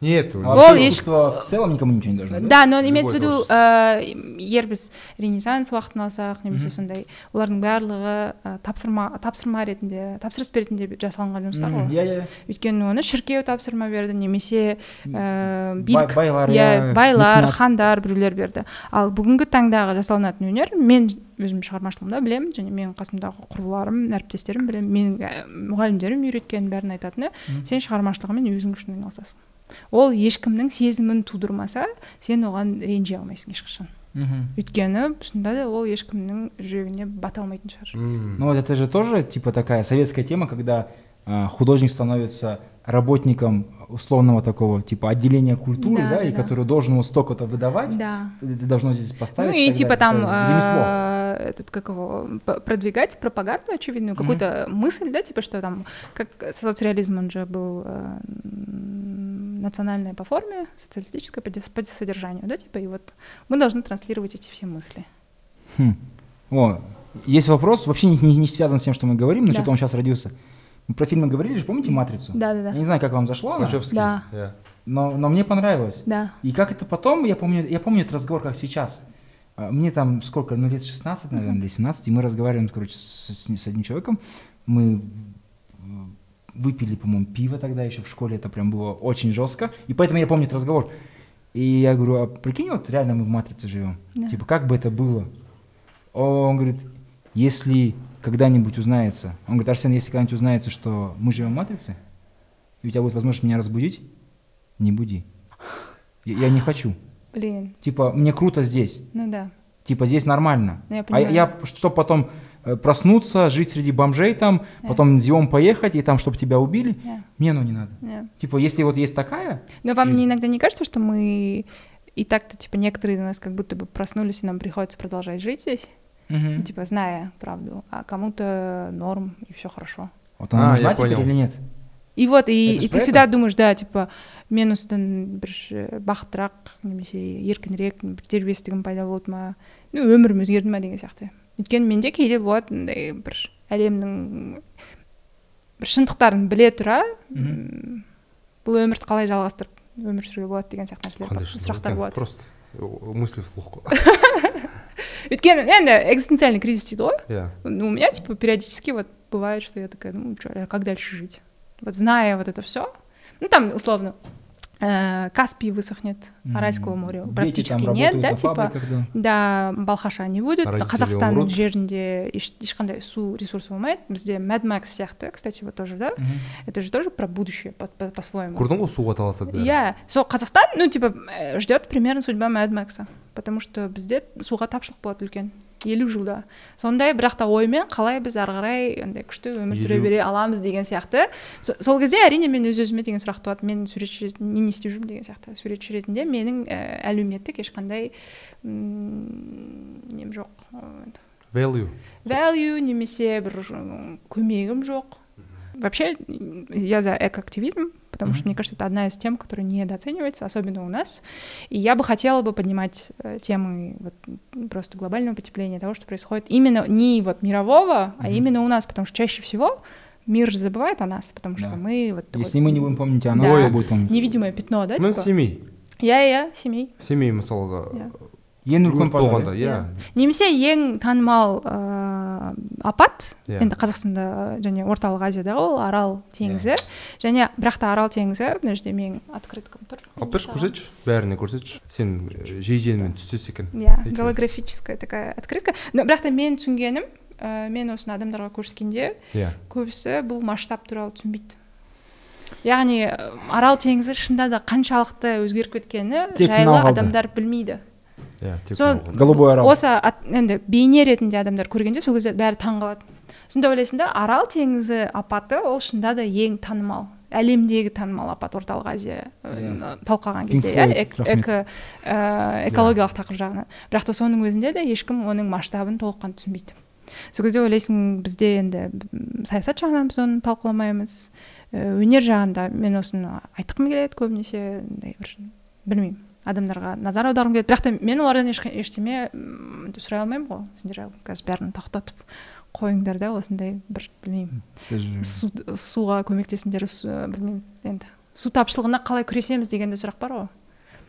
нет
А
ол-
Ол
вообще
еш-
искусство в целом никому ничего не должно. да?
да но
Любой
имеется в виду
творчество.
ыыы егер біз ренессанс уақытын алсақ немесе сондай олардың барлығы ә, тапсырма тапсырма ретінде тапсырыс ретінде жасалынған жұмыстар ғой
Мгм, иә, иә.
өйткені оны шіркеу тапсырма берді немесе ііі
Бай-
билік
байлар,
иә
иә,
байлар
меценат.
хандар біреулер берді ал бүгінгі таңдағы жасалынатын өнер мен өзім шығармашылығымда білемін және менің қасымдағы құрбыларым әріптестерім білемін менің ә, мұғалімдерім үйреткен бәрін айтатыны сен шығармашылығымен өзің үшін айналысасың ол ешкімнің сезімін тудырмаса сен оған ренжи алмайсың ешқашан
Мгм.
өйткені шынында да ол ешкімнің жүрегіне бата алмайтын шығар
М.
Ну вот это же тоже типа такая советская тема, когда а, художник становится работником условного такого типа отделения культуры,
Да,
да, и
да, да.
который должен вот столько-то выдавать,
да
ты ты должно здесь поставить.
Ну и
так
типа там
далее. Это ремесло.
э, этот как его п- продвигать пропаганду очевидную какую-то мысль, да, типа что там как соцреализм он же был э, м, национальное по форме, социалистическое по, дес- по содержанию, да, типа и вот мы должны транслировать эти все мысли.
Хм. О, есть вопрос, вообще не, не- не связан с тем, что мы говорим,
Да.
но что-то он сейчас родился. Мы про фильмы говорили же, помните «Матрицу»?
Да, да,
Я
да,
не знаю, как вам зашло она,
Вачовский,
Да.
иә.
но, но мне понравилось.
да.
И как это потом, я помню, я помню этот разговор, как сейчас. А, Мне там сколько, ну лет 16, наверное, или 17, и мы разговариваем, короче, с, с- с одним человеком. Мы в- выпили, по-моему, пиво тогда еще в школе, это прям было очень жестко. И поэтому я помню этот разговор. И я говорю, а прикинь, вот реально мы в матрице живем.
Да.
Типа, как бы это было? Он говорит, если когда-нибудь узнается, он говорит, Арсен, если когда-нибудь узнается, что мы живем в матрице, и у тебя будет возможность меня разбудить, не буди. Я, я не хочу.
Блин,
Типа, мне круто здесь.
ну да.
Типа, здесь нормально.
Ну, я
а
понимаю.
я, чтобы потом э, проснуться, жить среди бомжей там,
Да.
потом зевом поехать, и там, чтобы тебя убили,
Да,
мне оно не надо.
да.
Типа, если вот есть такая,
Но вам
Жизнь.
не иногда не кажется, что мы и так-то, типа, некоторые из нас как будто бы проснулись, и нам приходится продолжать жить здесь,
мгм,
типа, зная правду, а кому-то норм, и все хорошо.
вот она
А,
нужна
я
теперь
понял.
или нет?
И вот, и,
Это ж
и
про
ты
это?
всегда думаешь, да, типа, менустан бір ш- бақыттырақ немесе еркінірек бір дербестігім пайда болды ма ну өмірім өзгерді ма деген сияқты өйткені менде кейде болады мындай бір әлемнің бір шындықтарын біле тұра
Мгм.
м, бұл өмірді қалай жалғастырып өмір сүруге болады деген сияқты нәрселер
қандай
бар,
шындық
сұрақтар
екен,
болады
просто о-
*laughs*
мысли вслух
өйткені енді экзистенциальный кризис дейді ғой
иә
ну, у меня типа периодически вот бывает, что я такая, ну чё, а как дальше жить? Вот зная вот это все, ну там условно э, Каспий высохнет, Аральского А моря
Дети
практически
там
нет,
работают
да,
на
типа
фабриках, да.
да балхаша не будет,
Родители
қазақстанның
умрут.
жерінде еш- ешқандай су ресурсы болмайды бізде Mad Max сияқты кстати вот тоже да
Мгм.
это же тоже про будущее по- по- по-своему
көрдің ғой суға таласады бәрі.
иә сол қазақстан ну типа ждет примерно судьба Mad Max'а, потому что бізде суға тапшылық болады үлкен елу жылда сондай бірақ та оймен қалай біз ары қарай андай күшті өмір сүре
Елу.
бере аламыз деген сияқты Со- сол кезде әрине мен өз өзіме деген сұрақ туады мен суретші ретінде мен не істеп жүрмін деген сияқты суретші ретінде менің ііі әлеуметтік ешқандай м, нем жоқ ы,
value
value немесе бір м, көмегім жоқ вообще м, я за экоактивизм потому что мне кажется это одна из тем которая недооценивается особенно у нас и я бы хотела бы поднимать э, темы вот, м, просто глобального потепления того что происходит именно не вот мирового а
Мгм.
именно у нас потому что чаще всего мир же забывает о нас потому что
Да.
мы вот такое
Если мы не будем помнить, а нас
Да.
кто будет помнить?
невидимое пятно да
ну
типа?
семей
иә иә семей
семей мысалға
Иә.
Ең үлкен
өрт
пожар,
болғанда
иә.
иә
немесе ең танымал ыыы апат
Иә.
енді қазақстанда э, және орталық азияда ол арал теңізі
Иә.
және бірақ та арал теңізі мына жерде менің открыткам тұр
алып берші көрсетші бәріне көрсетші сен э, жейденмен түстес екен
иә
Екеуі.
голографическая такая открытка но бірақ та менің түсінгенім ә, мен осыны адамдарға көрсеткенде
иә
көбісі бұл масштаб туралы түсінбейді яғни ә, арал теңізі шынында да қаншалықты өзгеріп кеткені
Тек
жайлы
мынау қалды.
адамдар білмейді
иә тек
Сол-
мынау ғана.
Голубой арал.
осы ат- енді бейне ретінде адамдар көргенде сол кезде бәрі таң қалады сонда ойлайсың да арал теңізі апаты ол шынында да ең танымал әлемдегі танымал апат орталық азия
Иә.
ә, талқылаған
Pink
кезде иә
Floyd,
эк-
рахмет.
эко- ә, экологиялық тақырып жағынан бірақ та соның өзінде де ешкім оның масштабын толыққанды түсінбейді сол кезде ойлайсың бізде енді м, саясат жағынан біз оны талқыламаймыз Ә, өнер жағында мен осыны айтқым келеді көбінесе андай бір білмеймін адамдарға назар аударғым келеді бірақ та мен олардан еш- ештеме м, сұрай алмаймын ғой сендер қазір бәрін тоқтатып қойыңдар да осындай бір білмеймін
Это же-
су, суға көмектесіңдер су- э, білмеймін енді су тапшылығына қалай күресеміз деген де сұрақ бар ғой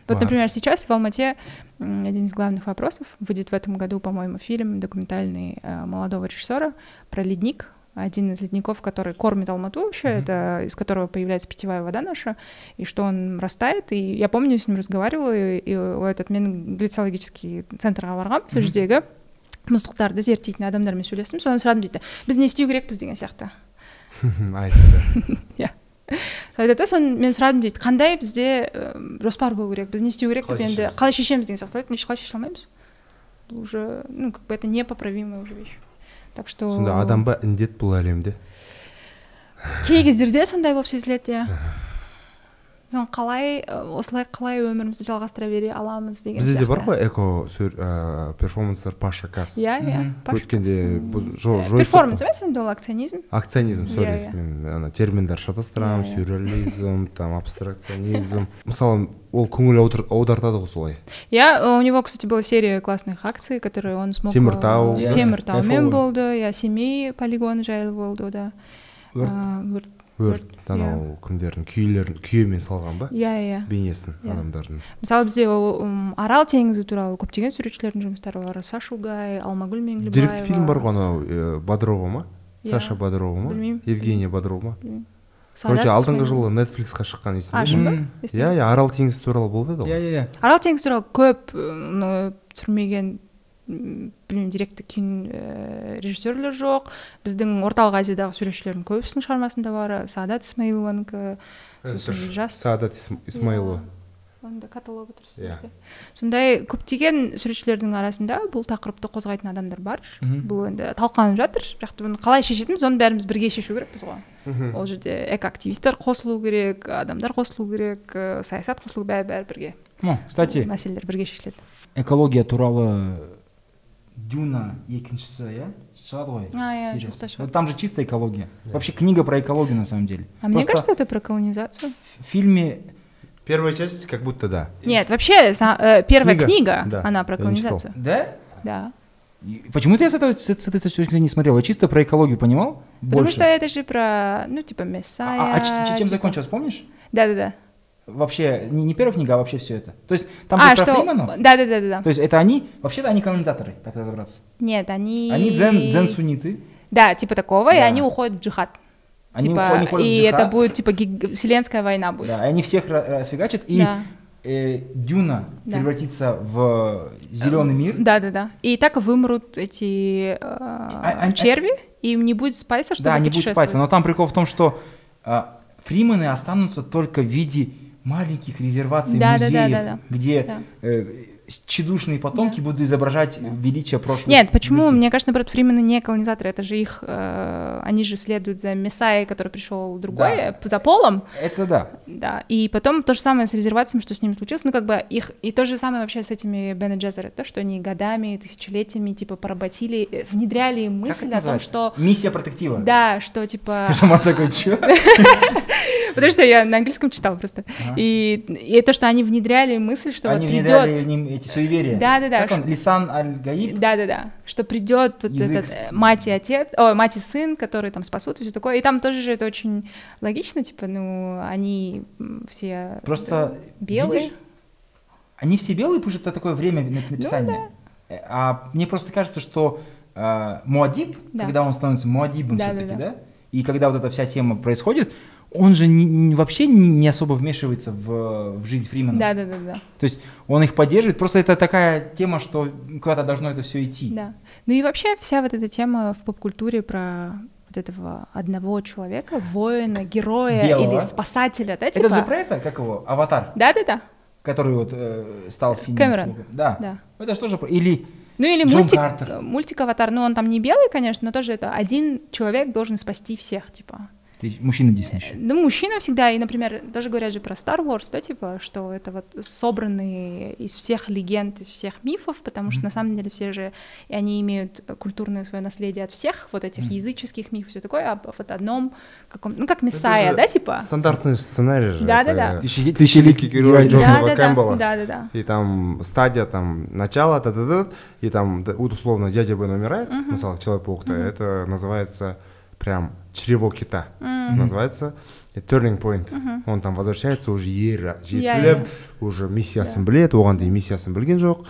вот
Бар.
например сейчас в алмате м, один из главных вопросов выйдет в этом году по моему фильм документальный э, молодого режиссера про ледник один из ледников, который кормит Алмату вообще,
Мгм.
это из которого появляется питьевая вода наша, и что он растает. И я помню, с ним разговаривала, и, и этот мен глицеологический центр барғанмын сол
Мгм.
жердегі мұздықтарды зерттейтін адамдармен сөйлестім содан сұрадым дейді біз не істеу керекпіз деген сияқты
айсі
айтады соны мен сұрадым дейді қандай бізде м, жоспар болу керек біз не істеу керекпіз
Қалай
енді
шешеміз?
қалай шешеміз деген сияқты айтады ешқалай шеше алмаймыз бұл уже ну как бы это непоправимая уже вещь так что
сонда адам ба індет бұл әлемде
кей кездерде сондай болып сезіледі иә соны қалай ы, осылай қалай өмірімізді жалғастыра бере аламыз деген
бізде де бар
сияқты.
ғой эко сөр- ә, перформанстар паша кас
иә иә
Мгм.
Паш-
өткенде бұз- жо- жойып
перформанс
тастады.
емес енді ол акционизм
акционизм
Иә,
сорри
иә.
мен ана терминдер шатастырамын
Иә, иә.
сюрреализм там абстракционизм мысалы ол көңіл аудыр- аудартады ғой солай
иә э, у него кстати была серия классных акций которые он смог
Теміртау.
э,
Иә,
теміртаумен
кайфовый.
болды иә семей полигоны жайлы болды да Ә, өрт.
өрт анау кімдердің күйелерін күйемен салған ба
иә иә
бейнесін
Иә.
адамдардың
мысалы бізде о, м, арал теңізі туралы көптеген суретшілердің жұмыстары бар сашугай алмагүл менгілбаева
деректі фильм бар ғой анау э, бодрова ма
Иә.
саша бодрова ма
Білмеймін.
евгения бодрова ма
Білмеймін.
короче
солдат
алдыңғы
түспеген.
жылы нетфликсқа шыққан
а
есіңде
шын ба
Мгм.
Естен-
иә иә арал теңізі туралы болып еді
иә
ғой
иә иә
арал теңізі туралы көп оны түсірмеген м, білмеймін деректі кино ііі, режиссерлер жоқ біздің орталық азиядағы суретшілердің көбісінің шығармасында бар сағдат исмаилованікі сосын жас
сағдат Исм- исмаилова
оның да каталогы дұрыс
Иә.
екен. сондай көптеген суретшілердің арасында бұл тақырыпты қозғайтын адамдар бар бұл енді талқыланып жатыр бірақ та бұны қалай шешетінбіз оны бәріміз бірге шешу керекпіз ғой ол жерде экоактивистер қосылу керек адамдар қосылу керек ә, саясат қосылу бәрі бәрі бірге
О, кстати
мәселелер бірге шешіледі
экология туралы дюна екіншісі иә шығады ғой
А, иә,
сериясы.
жуықта шығады.
Вот там же чистая экология вообще книга про экологию на самом деле
а мне
Просто
кажется это про колонизацию
в фильме
первая часть как будто да
нет вообще са- э, первая
Книга,
книга,
да,
она про
я не читал.
колонизацию
да
да
И почему-то я с этого- с- с этой точки зрения не смотрел я чисто про экологию понимал
потому
больше.
что это типа же про ну типа мессая
а, а ч- ч- чем закончилось помнишь
да да да
вообще не, не первая книга а вообще все это то есть там
а
же про
что
Фриманов.
да да да да да
то есть это они вообще-то они колонизаторы так разобраться
нет они
они дзен дзен сунниты
да типа такого и
Да.
они уходят в джихад
они
типа
уходят- уходят в
и
джихад.
это будет типа гиг- вселенская война будет
Да, и они всех ра- расфигачат, и
Да.
э, Дюна
Да.
превратится в зеленый мир.
Да, да, да. И так вымрут эти э,
а-
черви, и им не будет спайса, чтобы
Да, не будет
путешествовать.
спайса, но там прикол в том, что а, фримены останутся только в виде маленьких резерваций
Да, да, да,
музеев,
да, да.
где
Да.
э, с- чедушные потомки будут изображать величие прошлого.
Нет, почему? Мне кажется, наоборот, Фримены не колонизаторы, это же их, э, они же следуют за Мессаей, который пришел другой,
Да.
э, за полом,
Это да.
да, и потом то же самое с резервациями, что с ними случилось, ну, как бы их, и то же самое вообще с этими Бен и Джезерет, то, что они годами, тысячелетиями, типа, поработили, э, внедряли им
Как
мысль о том,
это называется?
что...
Миссия протектива. *laughs*
Да, что, типа... *laughs*
Жаман такой, «Чё?»
Потому что я на английском читала просто. И, и то, что они внедряли мысль, что
Они
вот
внедряли
придет.
в ним эти суеверия.
Да, да, да.
Как он? Лисан Аль-Гаиб?
Да, да, да. Что придет вот
Язык
этот
с-
э, мать и отец, ой, мать и сын, которые там спасут и все такое. И там тоже же это очень логично, типа, ну, они м, все
Просто
э, белые.
видишь, они все белые, потому что это такое время
Ну
на- написания. Э, А мне просто кажется, что э, Муадиб,
Да.
когда он становится Муадибом
Да, да,
все-таки,
да.
да? И когда вот эта вся тема происходит, он же не- не- вообще не, не особо вмешивается в, в жизнь Фримена.
Да, да, да, да,
То есть он их поддерживает. Просто это такая тема, что куда-то должно это все идти.
да. Ну и вообще вся вот эта тема в поп-культуре про вот этого одного человека, воина, героя
Белого.
или спасателя, да, типа.
Это же про это, как его, аватар,
Да, да, да,
который вот э, стал синим.
Кэмерон.
человеком. Да.
да.
Это же тоже про... Или
Ну или
Джон
мультик,
Картер.
мультик Аватар, ну он там не белый, конечно, но тоже это один человек должен спасти всех, типа.
ты, мужчина Дисней еще.
Ну, мужчина всегда, и, например, даже говорят же про Star Wars, да, типа, что это вот собранные из всех легенд, из всех мифов, потому что на самом деле все же, и они имеют э, культурное свое наследие от всех вот этих языческих мифов, все такое, а вот одном каком, ну как Мессая,
же
да, типа?
стандартный сценарий же
Да-да-да.
это
Тысячелетний
тысячеликий герой
герой.
Да,
Джозефа
да,
Кэмпбелла
да, да, да.
и там стадия там начала та та та и там д- вот условно дядя Бен умирает мысалы человек-паук это называется прям чрево кита называется и turning point он там возвращается уже ері
Иә,
жетіліп уже миссиясын біледі оған дейін миссиясын білген жоқ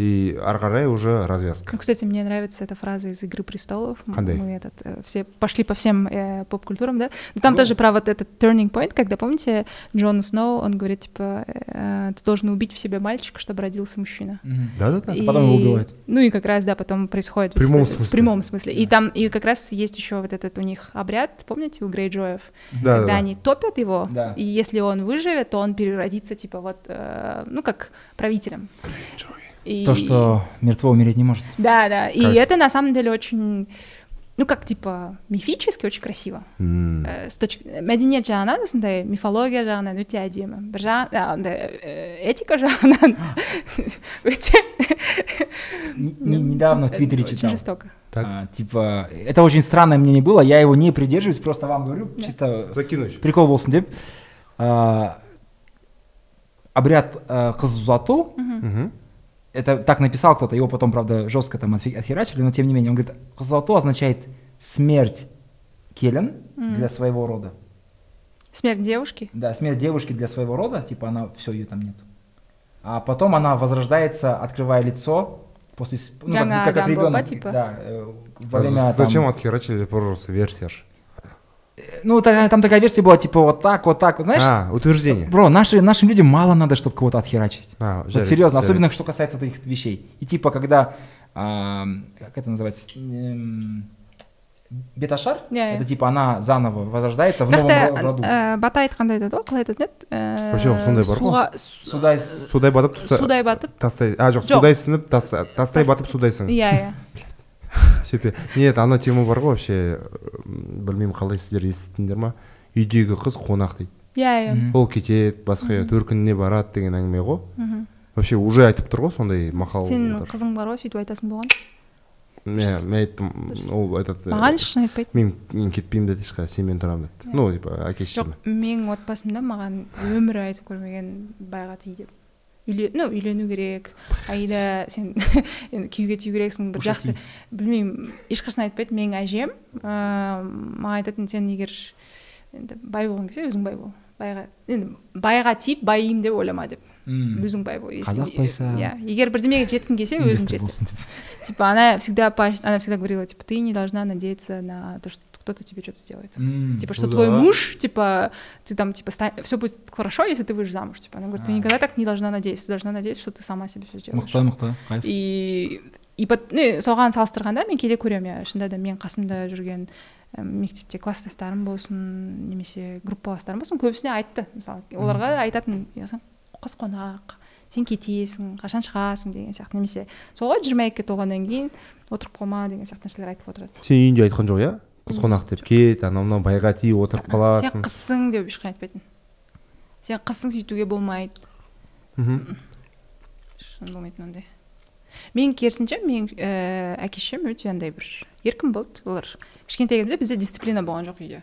и ары қарай уже развязка
Ну, кстати, мне нравится эта фраза из «Игры престолов». М-
Кандай?
Мы этот, э, все пошли по всем э, поп-культурам, да? Но
Ну.
там тоже про вот этот turning point, когда, помните, Джон Сноу, он говорит, типа, э, ты должен убить в себе мальчика, чтобы родился мужчина.
да-да-да
И-
потом его убивают.
Ну и как раз, да, потом происходит...
В прямом
вот это- В
смысле.
прямом смысле. И там, и как раз есть еще вот этот у них обряд, помните, у Грейджоев?
да,
когда
да.
они топят его,
Да.
и если он выживет, то он переродится, типа, вот, э, ну, как правителем. И-
То, что мертво умереть не может.
Да, да. И
Кайф.
это на самом деле очень, ну как типа мифически очень красиво.
М.
Э, С точки мәдениет жағынан осындай мифология жағынан өте әдемі бір жағынан а, андай, э, этика жағынан
А.
*laughs* өте
Н- не- недавно в Твиттере
Ну, Очень
читал.
жестоко
Так.
А, типа, это очень странное мнение было, я его не придерживаюсь, просто вам говорю, чисто
закинуть
прикол болсын деп. А, обряд а, қыз ұзату,
Мгм.
это так написал кто-то, его потом, правда, жестко там отфи- отхерачили, но тем не менее, он говорит, қыз ұзату означает смерть келін для своего рода.
смерть девушки
Да, смерть девушки для своего рода, типа она, все, ее там нет. А потом она возрождается, открывая лицо, после, с- ну, как,
Жаңа
как- как
адам
ребенок,
болба, типа.
да, э, во
А
время,
з- зачем
там,
отхерачили просто версия ж?
Ну, та- там такая версия была, типа, вот так, вот так, вот, знаешь? типа,
а, утверждение.
Бро, наши, нашим людям мало надо, чтобы кого-то отхерачить.
А,
вот
жарит,
серьезно,
жарит.
особенно что касается вот этих вещей. И типа, когда, ам, как это называется, эм, беташар,
Я- э, я.
это типа она заново возрождается в
бірақ
новом
та
ро- роду.
ә, бата айтқанда айтады ғой қалай айтатын еді Ә,
Вообще, сондай бар ғой.
суға- э, су-
Сюда из-
судай батып туса-
судай батып
тастай а
Жоқ.
жоқ судай сынып таста- тастай
Тас-
батып
э.
судайсың
иә иә
сөйтпе нет ана тема бар ғой вообще м, білмеймін қалай сіздер естідіңдер ма үйдегі қыз қонақ дейді
иә иә
Мгм.
ол кетеді басқа төркініне барады деген әңгіме ғой
мгм.
вообще уже айтып тұр ғой сондай мақал
сенің қызың бар ғой сөйтіп айтасың болған
мен мен айттым ол айтады
маған ешқашан айтпайды
мен мен кетпеймін деді ешқайда сенімен тұрамын деді ну типа әке
жоқ
шешеме
менің отбасымда маған өмірі айтып көрмеген байға ти деп Үйле- ну үйлену керек аида сен *laughs* енді күйеуге тию керексің бір жақсы білмеймін ешқашан айтпайды менің әжем ыыы маған айтатын сен егер енді бай болған кезде өзің бай бол байға енді байға тиіп байимын деп ойлама деп
М.
өзің бай бол Если-
Қазақ байса.
иә егер бірдемеге жеткің келсе өзің
Инвестор
жет деп
болсын деп.
типа она всегда поощ- она всегда говорила типа ты не должна надеяться на то что кто-то тебе что-то сделает
М.
Типа, что
Ну
твой
да.
муж, типа, ты там, типа, все будет хорошо, если ты выйдешь замуж. Типа, она говорит, ты
А.
никогда так не должна надеяться, ты должна надеяться, что ты сама себе все сделаешь.
мықты мықты кайф
И, и пот- ну, и соған салыстырғанда мен кейде көремін иә шынында да мен қасымда жүрген м, мектепте класстастарым болсын немесе группаластарым болсын көбісіне айтты мысалы оларға айтатын «Ё, қыз қонақ сен кетесің қашан шығасың деген сияқты немесе солай жиырма екіге толғаннан кейін отырып қалма деген сияқты нәрселер айтылып отырады
сен үйінде айтқан жоқ иә қыз қонақ деп кет анау мынау байға тиіп отырып
сен
қаласың
қызсың деп ешқайда айтпайтын сен қызсың сөйтуге болмайды
Мгм.
шын болмайтын ондай мен керісінше менің ііі әке шешем өте андай бір еркін болды олар кішкентай кезімде бізде дисциплина болған жоқ үйде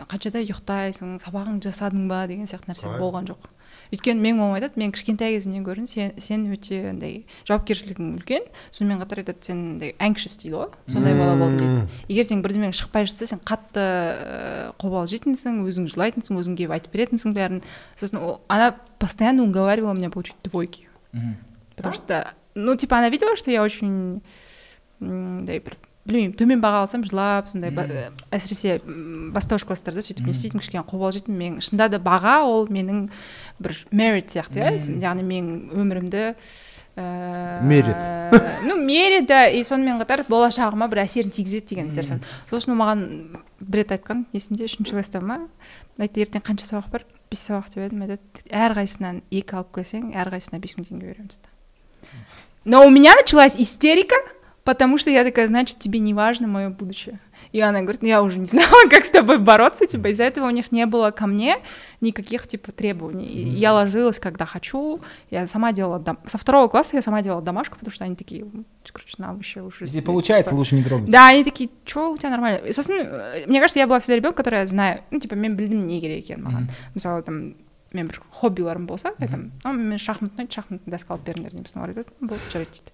қаншада ұйықтайсың сабағыңды жасадың ба деген сияқты нәрсе
Қалай?
болған жоқ өйткені менің мамам айтады мен кішкентай кезімнен көрдім сен, сен өте андай жауапкершілігің үлкен сонымен қатар айтады сен андай anxious дейді ғой сондай бала болдың дейді
М.
егер сен бірдемең шықпай жатса сен қатты ыыы, қобалжитынсың өзің жылайтынсың өзің келіп айтып беретінсің бәрін сосын ол- она постоянно уговаривала меня получить двойки
Мгм.
потому что ну типа она видела что я очень м, андай бір білмеймін төмен баға алсам жылап сондай ба-
Мм.
әсіресе м, бастауыш класстарда сөйтіп не
Мм.
істейтінмін кішкене қобалжитынмын мен шынында да баға ол менің бір мерит сияқты иә
Мм.
яғни менің өмірімді ііі
Мерит.
ну мерит да и сонымен қатар болашағыма бір әсерін тигізеді деген
Мм.
нәрсе сол үшін ол маған бір рет айтқан есімде үшінші класста ма айтты ертең қанша сабақ бар бес сабақ деп едім айтады әрқайсысынан екі алып келсең әрқайсысына бес мың теңге беремін деді но у меня началась истерика, потому что я такая, значит, тебе не важно мое будущее. И она говорит, ну я уже не знала, *laughs* как с тобой бороться, типа из-за этого у них не было ко мне никаких типа требований. И Я ложилась, когда хочу, я сама делала дом- со второго класса я сама делала домашку, потому что они такие, «М, короче, на вообще уже.
если
типа,
получается лучше не трогать
да, они такие, что у тебя нормально? И, собственно, э, мне кажется, я была всегда ребенок, который я знаю, ну, типа, мен білдім не керек екенін маған.
Мгм.
Мысалы, там, мен бір хоббиларым болса, айтамын, а, мен шахмат ойнайды, шахматный доска алып беріңдер деп сосын олар айтады, болды, жарайды дейді.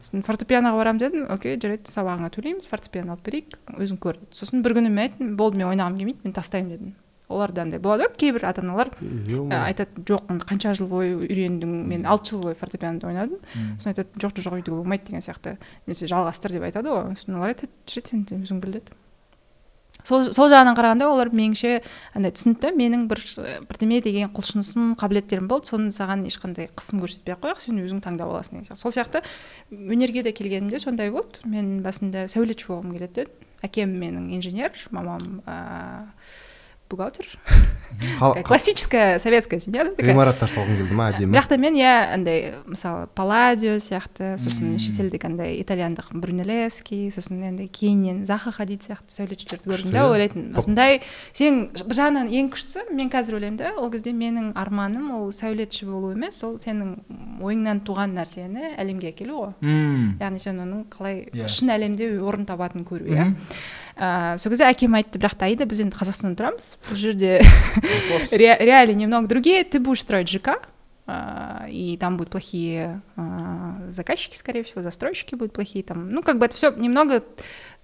Сосын фортепианоға барамын дедім, окей, жарайды, сабағыңа төлейміз, фортепиано алып берейік, өзің көр дейді. Сосын бір күні мен айттым, болды, мен ойнағым келмейді, мен тастаймын дедім. Олар да андай болады ғой кейбір ата аналар
Ё-моё.
ә, айтады жоқ енді қанша жыл бойы үйрендің мен алты жыл бойы фортепианода ойнадым
Мгм.
сосын айтады жоқ жоқ өйтуге болмайды деген сияқты немесе жалғастыр деп айтады ғой сосын олар айтады жарайды сен өзің біл деді сол сол жағынан қарағанда олар меніңше андай түсінікті менің бір э, бірдеме деген құлшынысым қабілеттерім болды соны саған ешқандай қысым көрсетпей ақ қояйық сен өзің таңдап аласың деген сияқты сол сияқты өнерге де келгенімде сондай болды мен басында сәулетші болғым келеді дедім әкем менің инженер мамам ыыы бухгалтер
Қал-
Такая классическая советская семья да, такая
ғимараттар салғың келді ма әдемі
бірақ та мен иә андай мысалы палладио сияқты сосын
Мм.
шетелдік андай итальяндық брунеллески сосын енді кейіннен заха хадид сияқты сәулетшілерді көрдім да
Күшті.
ойлайтынмын
Топ.
осындай сен бір жағынан ең күштісі мен қазір ойлаймын да ол кезде менің арманым ол сәулетші болу емес ол сенің ойыңнан туған нәрсені әлемге әкелу ғой
М.
яғни сен оның қалай
Иә.
шын әлемде орын табатынын көру иә
Мгм.
Ә, сол кезде әкем айтты бірақ та аида біз енді қазақстанда тұрамыз бұл жерде
Расслабься.
ре- реалии немного другие ты будешь строить ЖК а, и там будут плохие а, заказчики, скорее всего, застройщики будут плохие, там, ну, как бы это все немного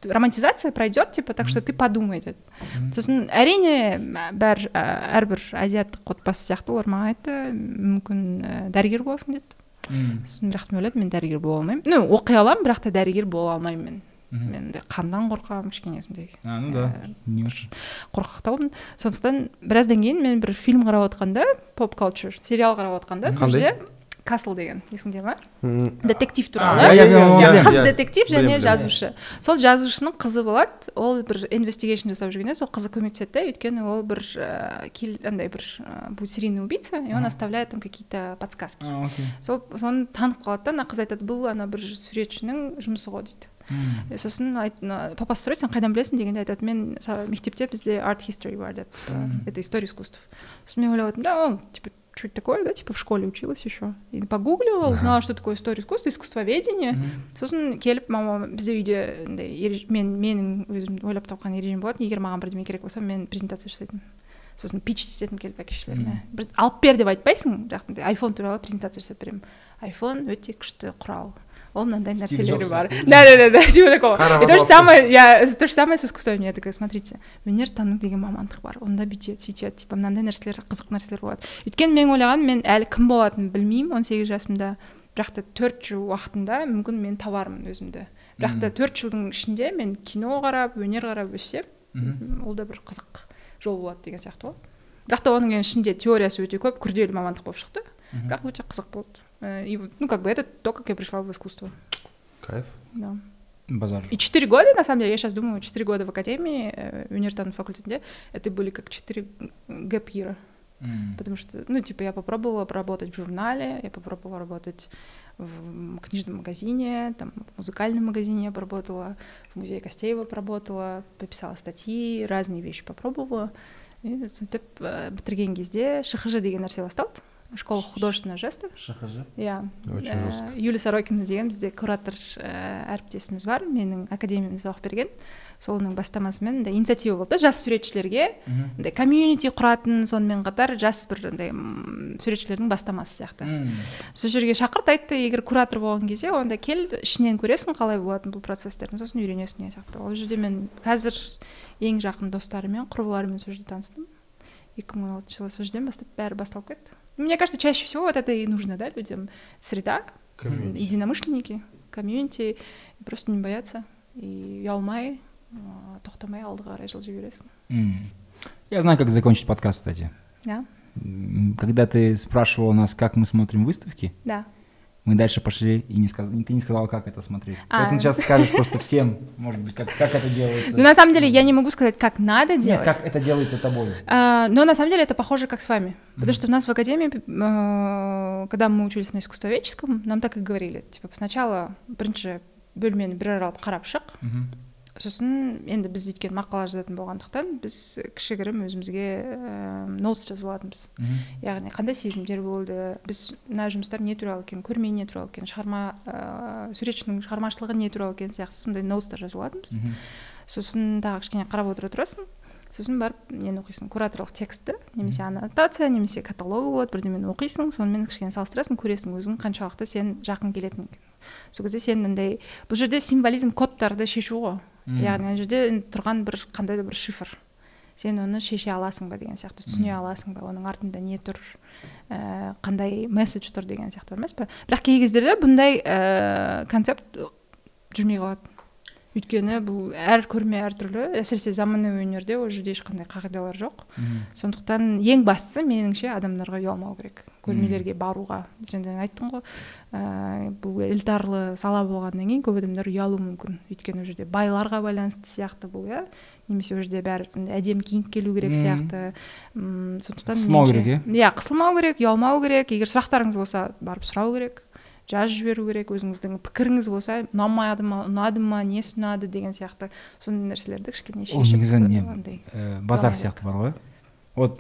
романтизация пройдет, типа, так что ты подумай ну, деді сосын әрине ә, бәр ә, а, әрбір азиаттық отбасы сияқты олар маған айтты мүмкін ә, дәрігер боласың деді
М.
сосын бірақ мен ойладым мен дәрігер бола алмаймын ну оқи аламын бірақ та дәрігер бола алмаймын мен
Мгм.
мен андай қаннан қорқамын кішкенесіндей
А, ну да.
Э,
Не уж.
қорқақтау болдым сондықтан біраздан кейін мен бір фильм қарап отқанда поп culture сериал қарап отқанда сол
Қандай?
жерде касл деген есіңде ма
М,
детектив туралы
я- я- я-
иә,
я-
қыз
я-
детектив
білем,
және
білем.
жазушы сол жазушының қызы болады ол бір инвестигейшн жасап жүргенде сол қызы көмектеседі да өйткені ол бір ііі кил- андай бір ііі бұл серийный убийца и он
Мгм.
оставляет там какие то подсказки
А, окей.
сол соны танып қалады да ана қыз айтады бұл ана бір суретшінің жұмысы ғой дейді
М.
Е, сосын айт- на- папасы сұрайды сен қайдан білесің дегенде айтады мен са- мектепте бізде арт history бар деді типа,
Мгм.
это история искусств сосын мен ойлап отырмын, да он типа чуть такое да типа в школе училась еще и погуглила узнала что такое история искусства искусствоведение
Мгм.
сосын келіп мама бізде үйде андай ереж- мен менің өзім ойлап тапқан ережем болатын егер маған бірдеме керек болса мен презентация жасайтын сосын пич ететін келіп әкешелеріме бір алып бер деп айтпайсың бірақ андай айфон туралы презентация жасап беремін айфон өте күшті құрал ол мынандай
Стив
нәрселері
Джобс.
бар да да да *laughs* да типа такого
Қарап
и то же
алып
самое я то же самое с искусством я такая смотрите өнертану деген мамандық бар онда бүйтеді сөйтеді типа мынандай нәрселер қызық нәрселер болады өйткені мен ойлаған мен әлі кім болатынымды білмеймін он сегіз жасымда бірақ та төрт жыл уақытында мүмкін мен табармын өзімді бірақ та төрт жылдың ішінде мен кино қарап өнер қарап өссем
Мгм.
м, ол да бір қызық жол болады деген сияқты ғой бірақ та оның ішінде теориясы өте көп күрделі мамандық болып шықты
Мгм.
бірақ өте қызық болды Э, и вот, ну как бы это то как я пришла в искусство
кайф
да
Базар.
и четыре года, на самом деле, я сейчас думаю, четыре года в академии, э, универтанном факультете, это были как четыре гэп-ира,
М.
потому что, ну, типа, я попробовала работать в журнале, я попробовала работать в м, книжном магазине, там, в музыкальном магазине я поработала, в музее Костеева поработала, пописала статьи, разные вещи попробовала. И э, сөйтіп ә, бітірген кезде шхж деген нәрсе басталды школа художественного жеста
Шахажы.
иә
Очень
Э,
жестко.
юлия сорокина деген бізде куратор э, ә, әріптесіміз бар менің академиямызда оқып берген сол оның бастамасымен да инициатива болды да жас суретшілерге
Мгм.
андай комьюнити құратын сонымен қатар жас бір андай м, суретшілердің бастамасы сияқты
М.
сол жерге шақырды айтты егер куратор болған кезде онда кел ішінен көресің қалай болатын бұл процесстердің сосын үйренесің деген сияқты ол жерде мен қазір ең жақын достарыммен құрбыларыммен сол жерде таныстым екі мың он алтыншы жылы сол жерден бастап бәрі басталып кетті мне кажется чаще всего вот это и нужно да людям среда единомышленники комьюнити и просто не бояться и ұялмай ыыы тоқтамай алдыға қарай жылжи бересің
М. Я знаю, как закончить подкаст, кстати.
да
М, Когда ты спрашивал нас, как мы смотрим выставки,
да
мы дальше пошли, и не сказ- и ты не сказал, как это смотреть.
А.
Поэтому сейчас скажешь просто всем, может быть, как, как это делается.
но на самом деле я не могу сказать как надо
Нет,
делать
как это делается тобой.
А, Но на самом деле это похоже как с вами.
Мгм.
Потому что у нас в академии, э, когда мы учились на искусствоведческом, нам так и говорили. Типа сначала бірінші бөлмені бір аралап қарап шық
Мгм.
сосын енді біз өйткені мақала жазатын болғандықтан біз кішігірім өзімізге ііі ноутс жазып алатынбыз
Мгм.
яғни қандай сезімдер болды біз мына жұмыстар не туралы екен көрме не туралы екен шығарма ыыы суретшінің шығармашылығы не туралы екен сияқты сондай ноутстар жазып алатынбыз
Мгм.
сосын тағы кішкене қарап отыра тұрасың сосын барып нені оқисың кураторлық текстті немесе аннотация немесе каталог болады бірдемені оқисың сонымен кішкене салыстырасың көресің өзің қаншалықты сен жақын келетін екен. сол кезде сен андай бұл жерде символизм кодтарды шешу ғой
Мгм.
яғни ана жерде тұрған бір қандай да бір шифр сен оны шеше аласың ба деген сияқты түсіне аласың ба оның артында не тұр ііі қандай месседж тұр деген сияқты бар емес пе бірақ кей кездерде бұндай ііі концепт жүрмей қалады өйткені бұл әр көрме әртүрлі әсіресе заманауи өнерде ол жерде ешқандай қағидалар жоқ
Мгм.
сондықтан ең бастысы меніңше адамдарға ұялмау керек көрмелерге баруға сен жаңа айттың ғой ііі бұл элитарлы сала болғаннан кейін көп адамдар ұялуы мүмкін өйткені ол жерде байларға байланысты сияқты бұл иә немесе ол жерде бәрі әдемі киініп келу керек
Мгм.
сияқты М, сондықтан
Қысылмау
меніңше-
керек,
иә қысылмау керек ұялмау керек егер сұрақтарыңыз болса барып сұрау керек жазып жіберу керек өзіңіздің пікіріңіз болса ұнамады ма ұнады ма несі ұнады деген сияқты сондай нәрселерді кішкене
Ол
шешіп
негізі не,
андай
Э,
Базар.
базар сияқты бар ғой вот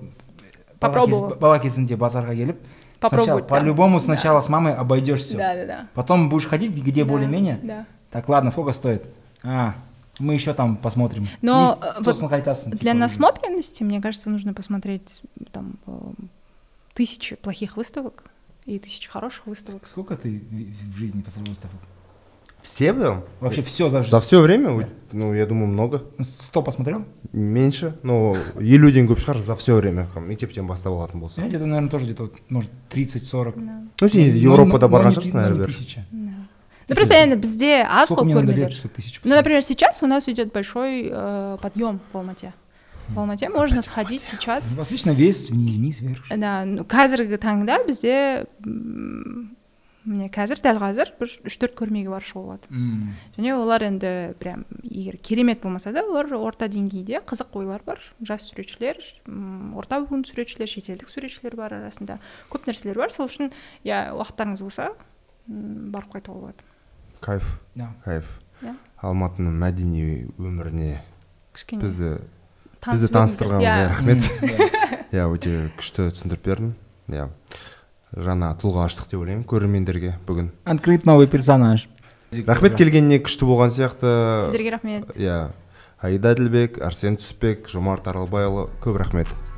бала
Попробовал.
кез- бала кезінде базарға келіп сначала-
попробовать там.
по-любому сначала с мамой обойдешься
да да да
потом будешь ходить где
Да,
более-менее
да.
так ладно сколько стоит а мы еще там посмотрим
Но,
И
э,
сосын
вот
қайтасың,
Для
типа,
насмотренности, мне кажется, нужно посмотреть там э, тысячи плохих выставок и тысячи хороших выставок.
сколько ты в в жизни посмотрел выставок
все прям
вообще все за
за все время у- ну я думаю много
сто посмотрел
меньше но елуден көп шығар за все время кім, мектептен бастап алатын болса
Ну, я где-то наверное тоже где-то вот, может 30-40
ну сен
Но-
енді еуропада
но- но
барған
ну, не-
шығарсың
но не
әрі бері
тысяча.
Да. Ну просто енді бізде аз
Сколько
ғой
мне надо лет,
көрмелер.
что тысяч?
Ну, например, сейчас у нас идет большой э, подъем в Алмате. В Алмате можно сходить сейчас.
У вас вечно вес вниз, вниз, вверх.
да ну, қазіргі таңда бізде м, міне қазір дәл қазір бір үш төрт көрмеге барушы болады
М.
және олар енді прям егер керемет болмаса да олар орта деңгейде қызық ойлар бар жас суретшілер м, орта буын суретшілер шетелдік суретшілер бар арасында көп нәрселер бар сол үшін иә уақыттарыңыз болса м, барып қайтуға болады
кайф
Да.
кайф
Иә.
алматының мәдени өміріне
кішкене
бізді
танысып
бізді
өтіңіздер.
таныстырғаныңызға
Иә.
рахмет
М, да.
иә өте күшті түсіндіріп бердің иә жаңа тұлға аштық деп ойлаймын көрермендерге бүгін
Открыт новый персонаж.
рахмет келгеніне күшті болған сияқты
сіздерге рахмет
иә аида әділбек арсен түсіпбек жомарт аралбайұлы көп рахмет